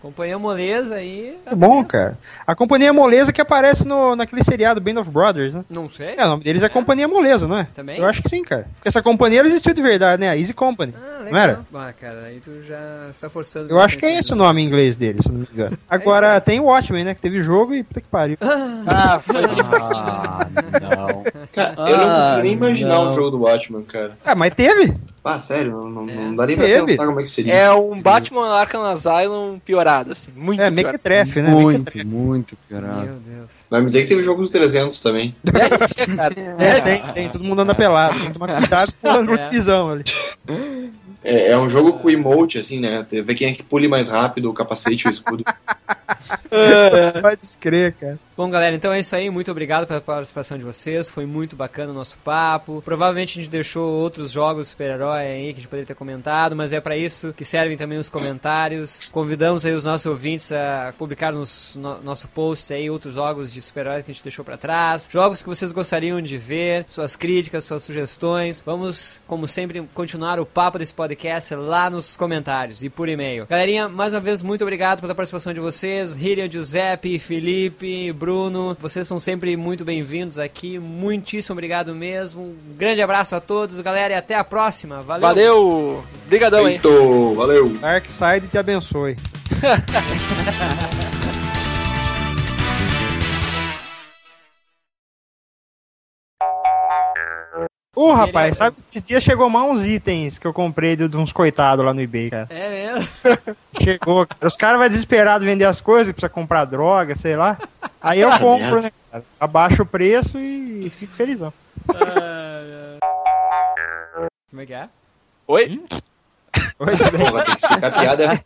Speaker 1: Companhia Moleza aí.
Speaker 7: É bom, cara. A Companhia Moleza que aparece no, naquele seriado Band of Brothers, né?
Speaker 1: Não sei.
Speaker 7: É, o nome deles é Companhia Moleza, não é?
Speaker 1: Também?
Speaker 7: Eu acho que sim, cara. Porque essa companhia ela existiu de verdade, né? A Easy Company.
Speaker 1: Ah, legal.
Speaker 7: Não era?
Speaker 1: Ah, cara, aí tu já está forçando.
Speaker 7: Eu
Speaker 1: meu
Speaker 7: acho que é esse o
Speaker 1: conhecimento.
Speaker 7: nome em inglês deles, se eu não me
Speaker 1: É
Speaker 7: engano. Agora, tem o Watchmen, né? Que teve jogo e puta que pariu.
Speaker 4: Ah, foi.
Speaker 10: Ah, não.
Speaker 4: Cara, eu não
Speaker 10: Ah,
Speaker 4: consigo nem imaginar
Speaker 10: não.
Speaker 4: um jogo do Batman, cara.
Speaker 7: Ah, mas teve?
Speaker 4: Ah, sério, não, não, não dá nem pra
Speaker 7: Teve.
Speaker 4: pensar como é que seria.
Speaker 3: É um Batman Arkham Asylum piorado, assim. Muito
Speaker 7: É,
Speaker 3: piorado.
Speaker 7: Mequetrefe, né?
Speaker 10: Muito, muito piorado.
Speaker 1: Meu Deus.
Speaker 4: Vai me dizer que teve jogo dos 300 também.
Speaker 3: É, cara.
Speaker 7: É, tem, tem. Todo mundo anda pelado. Tem que tomar cuidado com o pisão ali.
Speaker 4: É, é um jogo com emote, assim, né? Ver quem é que pule mais rápido, o capacete, o escudo.
Speaker 7: Vai descrer, cara.
Speaker 1: Bom, galera, então é isso aí. Muito obrigado pela participação de vocês. Foi muito bacana o nosso papo. Provavelmente a gente deixou outros jogos de super-herói aí que a gente poderia ter comentado, mas é pra isso que servem também os comentários. Convidamos aí os nossos ouvintes a publicar nos, no nosso post aí outros jogos de super-heróis que a gente deixou pra trás, jogos que vocês gostariam de ver, suas críticas, suas sugestões. Vamos, como sempre, continuar o papo desse podcast lá nos comentários e por e-mail. Galerinha, mais uma vez, muito obrigado pela participação de vocês. Hirian, Giuseppe, Felipe, Bruno, vocês são sempre muito bem-vindos aqui. Muitíssimo obrigado mesmo. Um grande abraço a todos, galera, e até a próxima. Valeu!
Speaker 3: Valeu. Obrigadão, hein.
Speaker 4: Feito, valeu!
Speaker 7: Darkseid te abençoe. Ô, rapaz, sabe que esses dias chegou mal uns itens que eu comprei de, de uns coitados lá no eBay, cara.
Speaker 1: É mesmo?
Speaker 7: Chegou, cara. Os caras vão desesperados vender as coisas, precisa comprar droga, sei lá. Aí eu compro, né, cara? Abaixo o preço e fico felizão.
Speaker 1: Como é que é?
Speaker 3: Oi.
Speaker 7: Oi, tudo bem?
Speaker 4: Porra, tem que explicar a piada.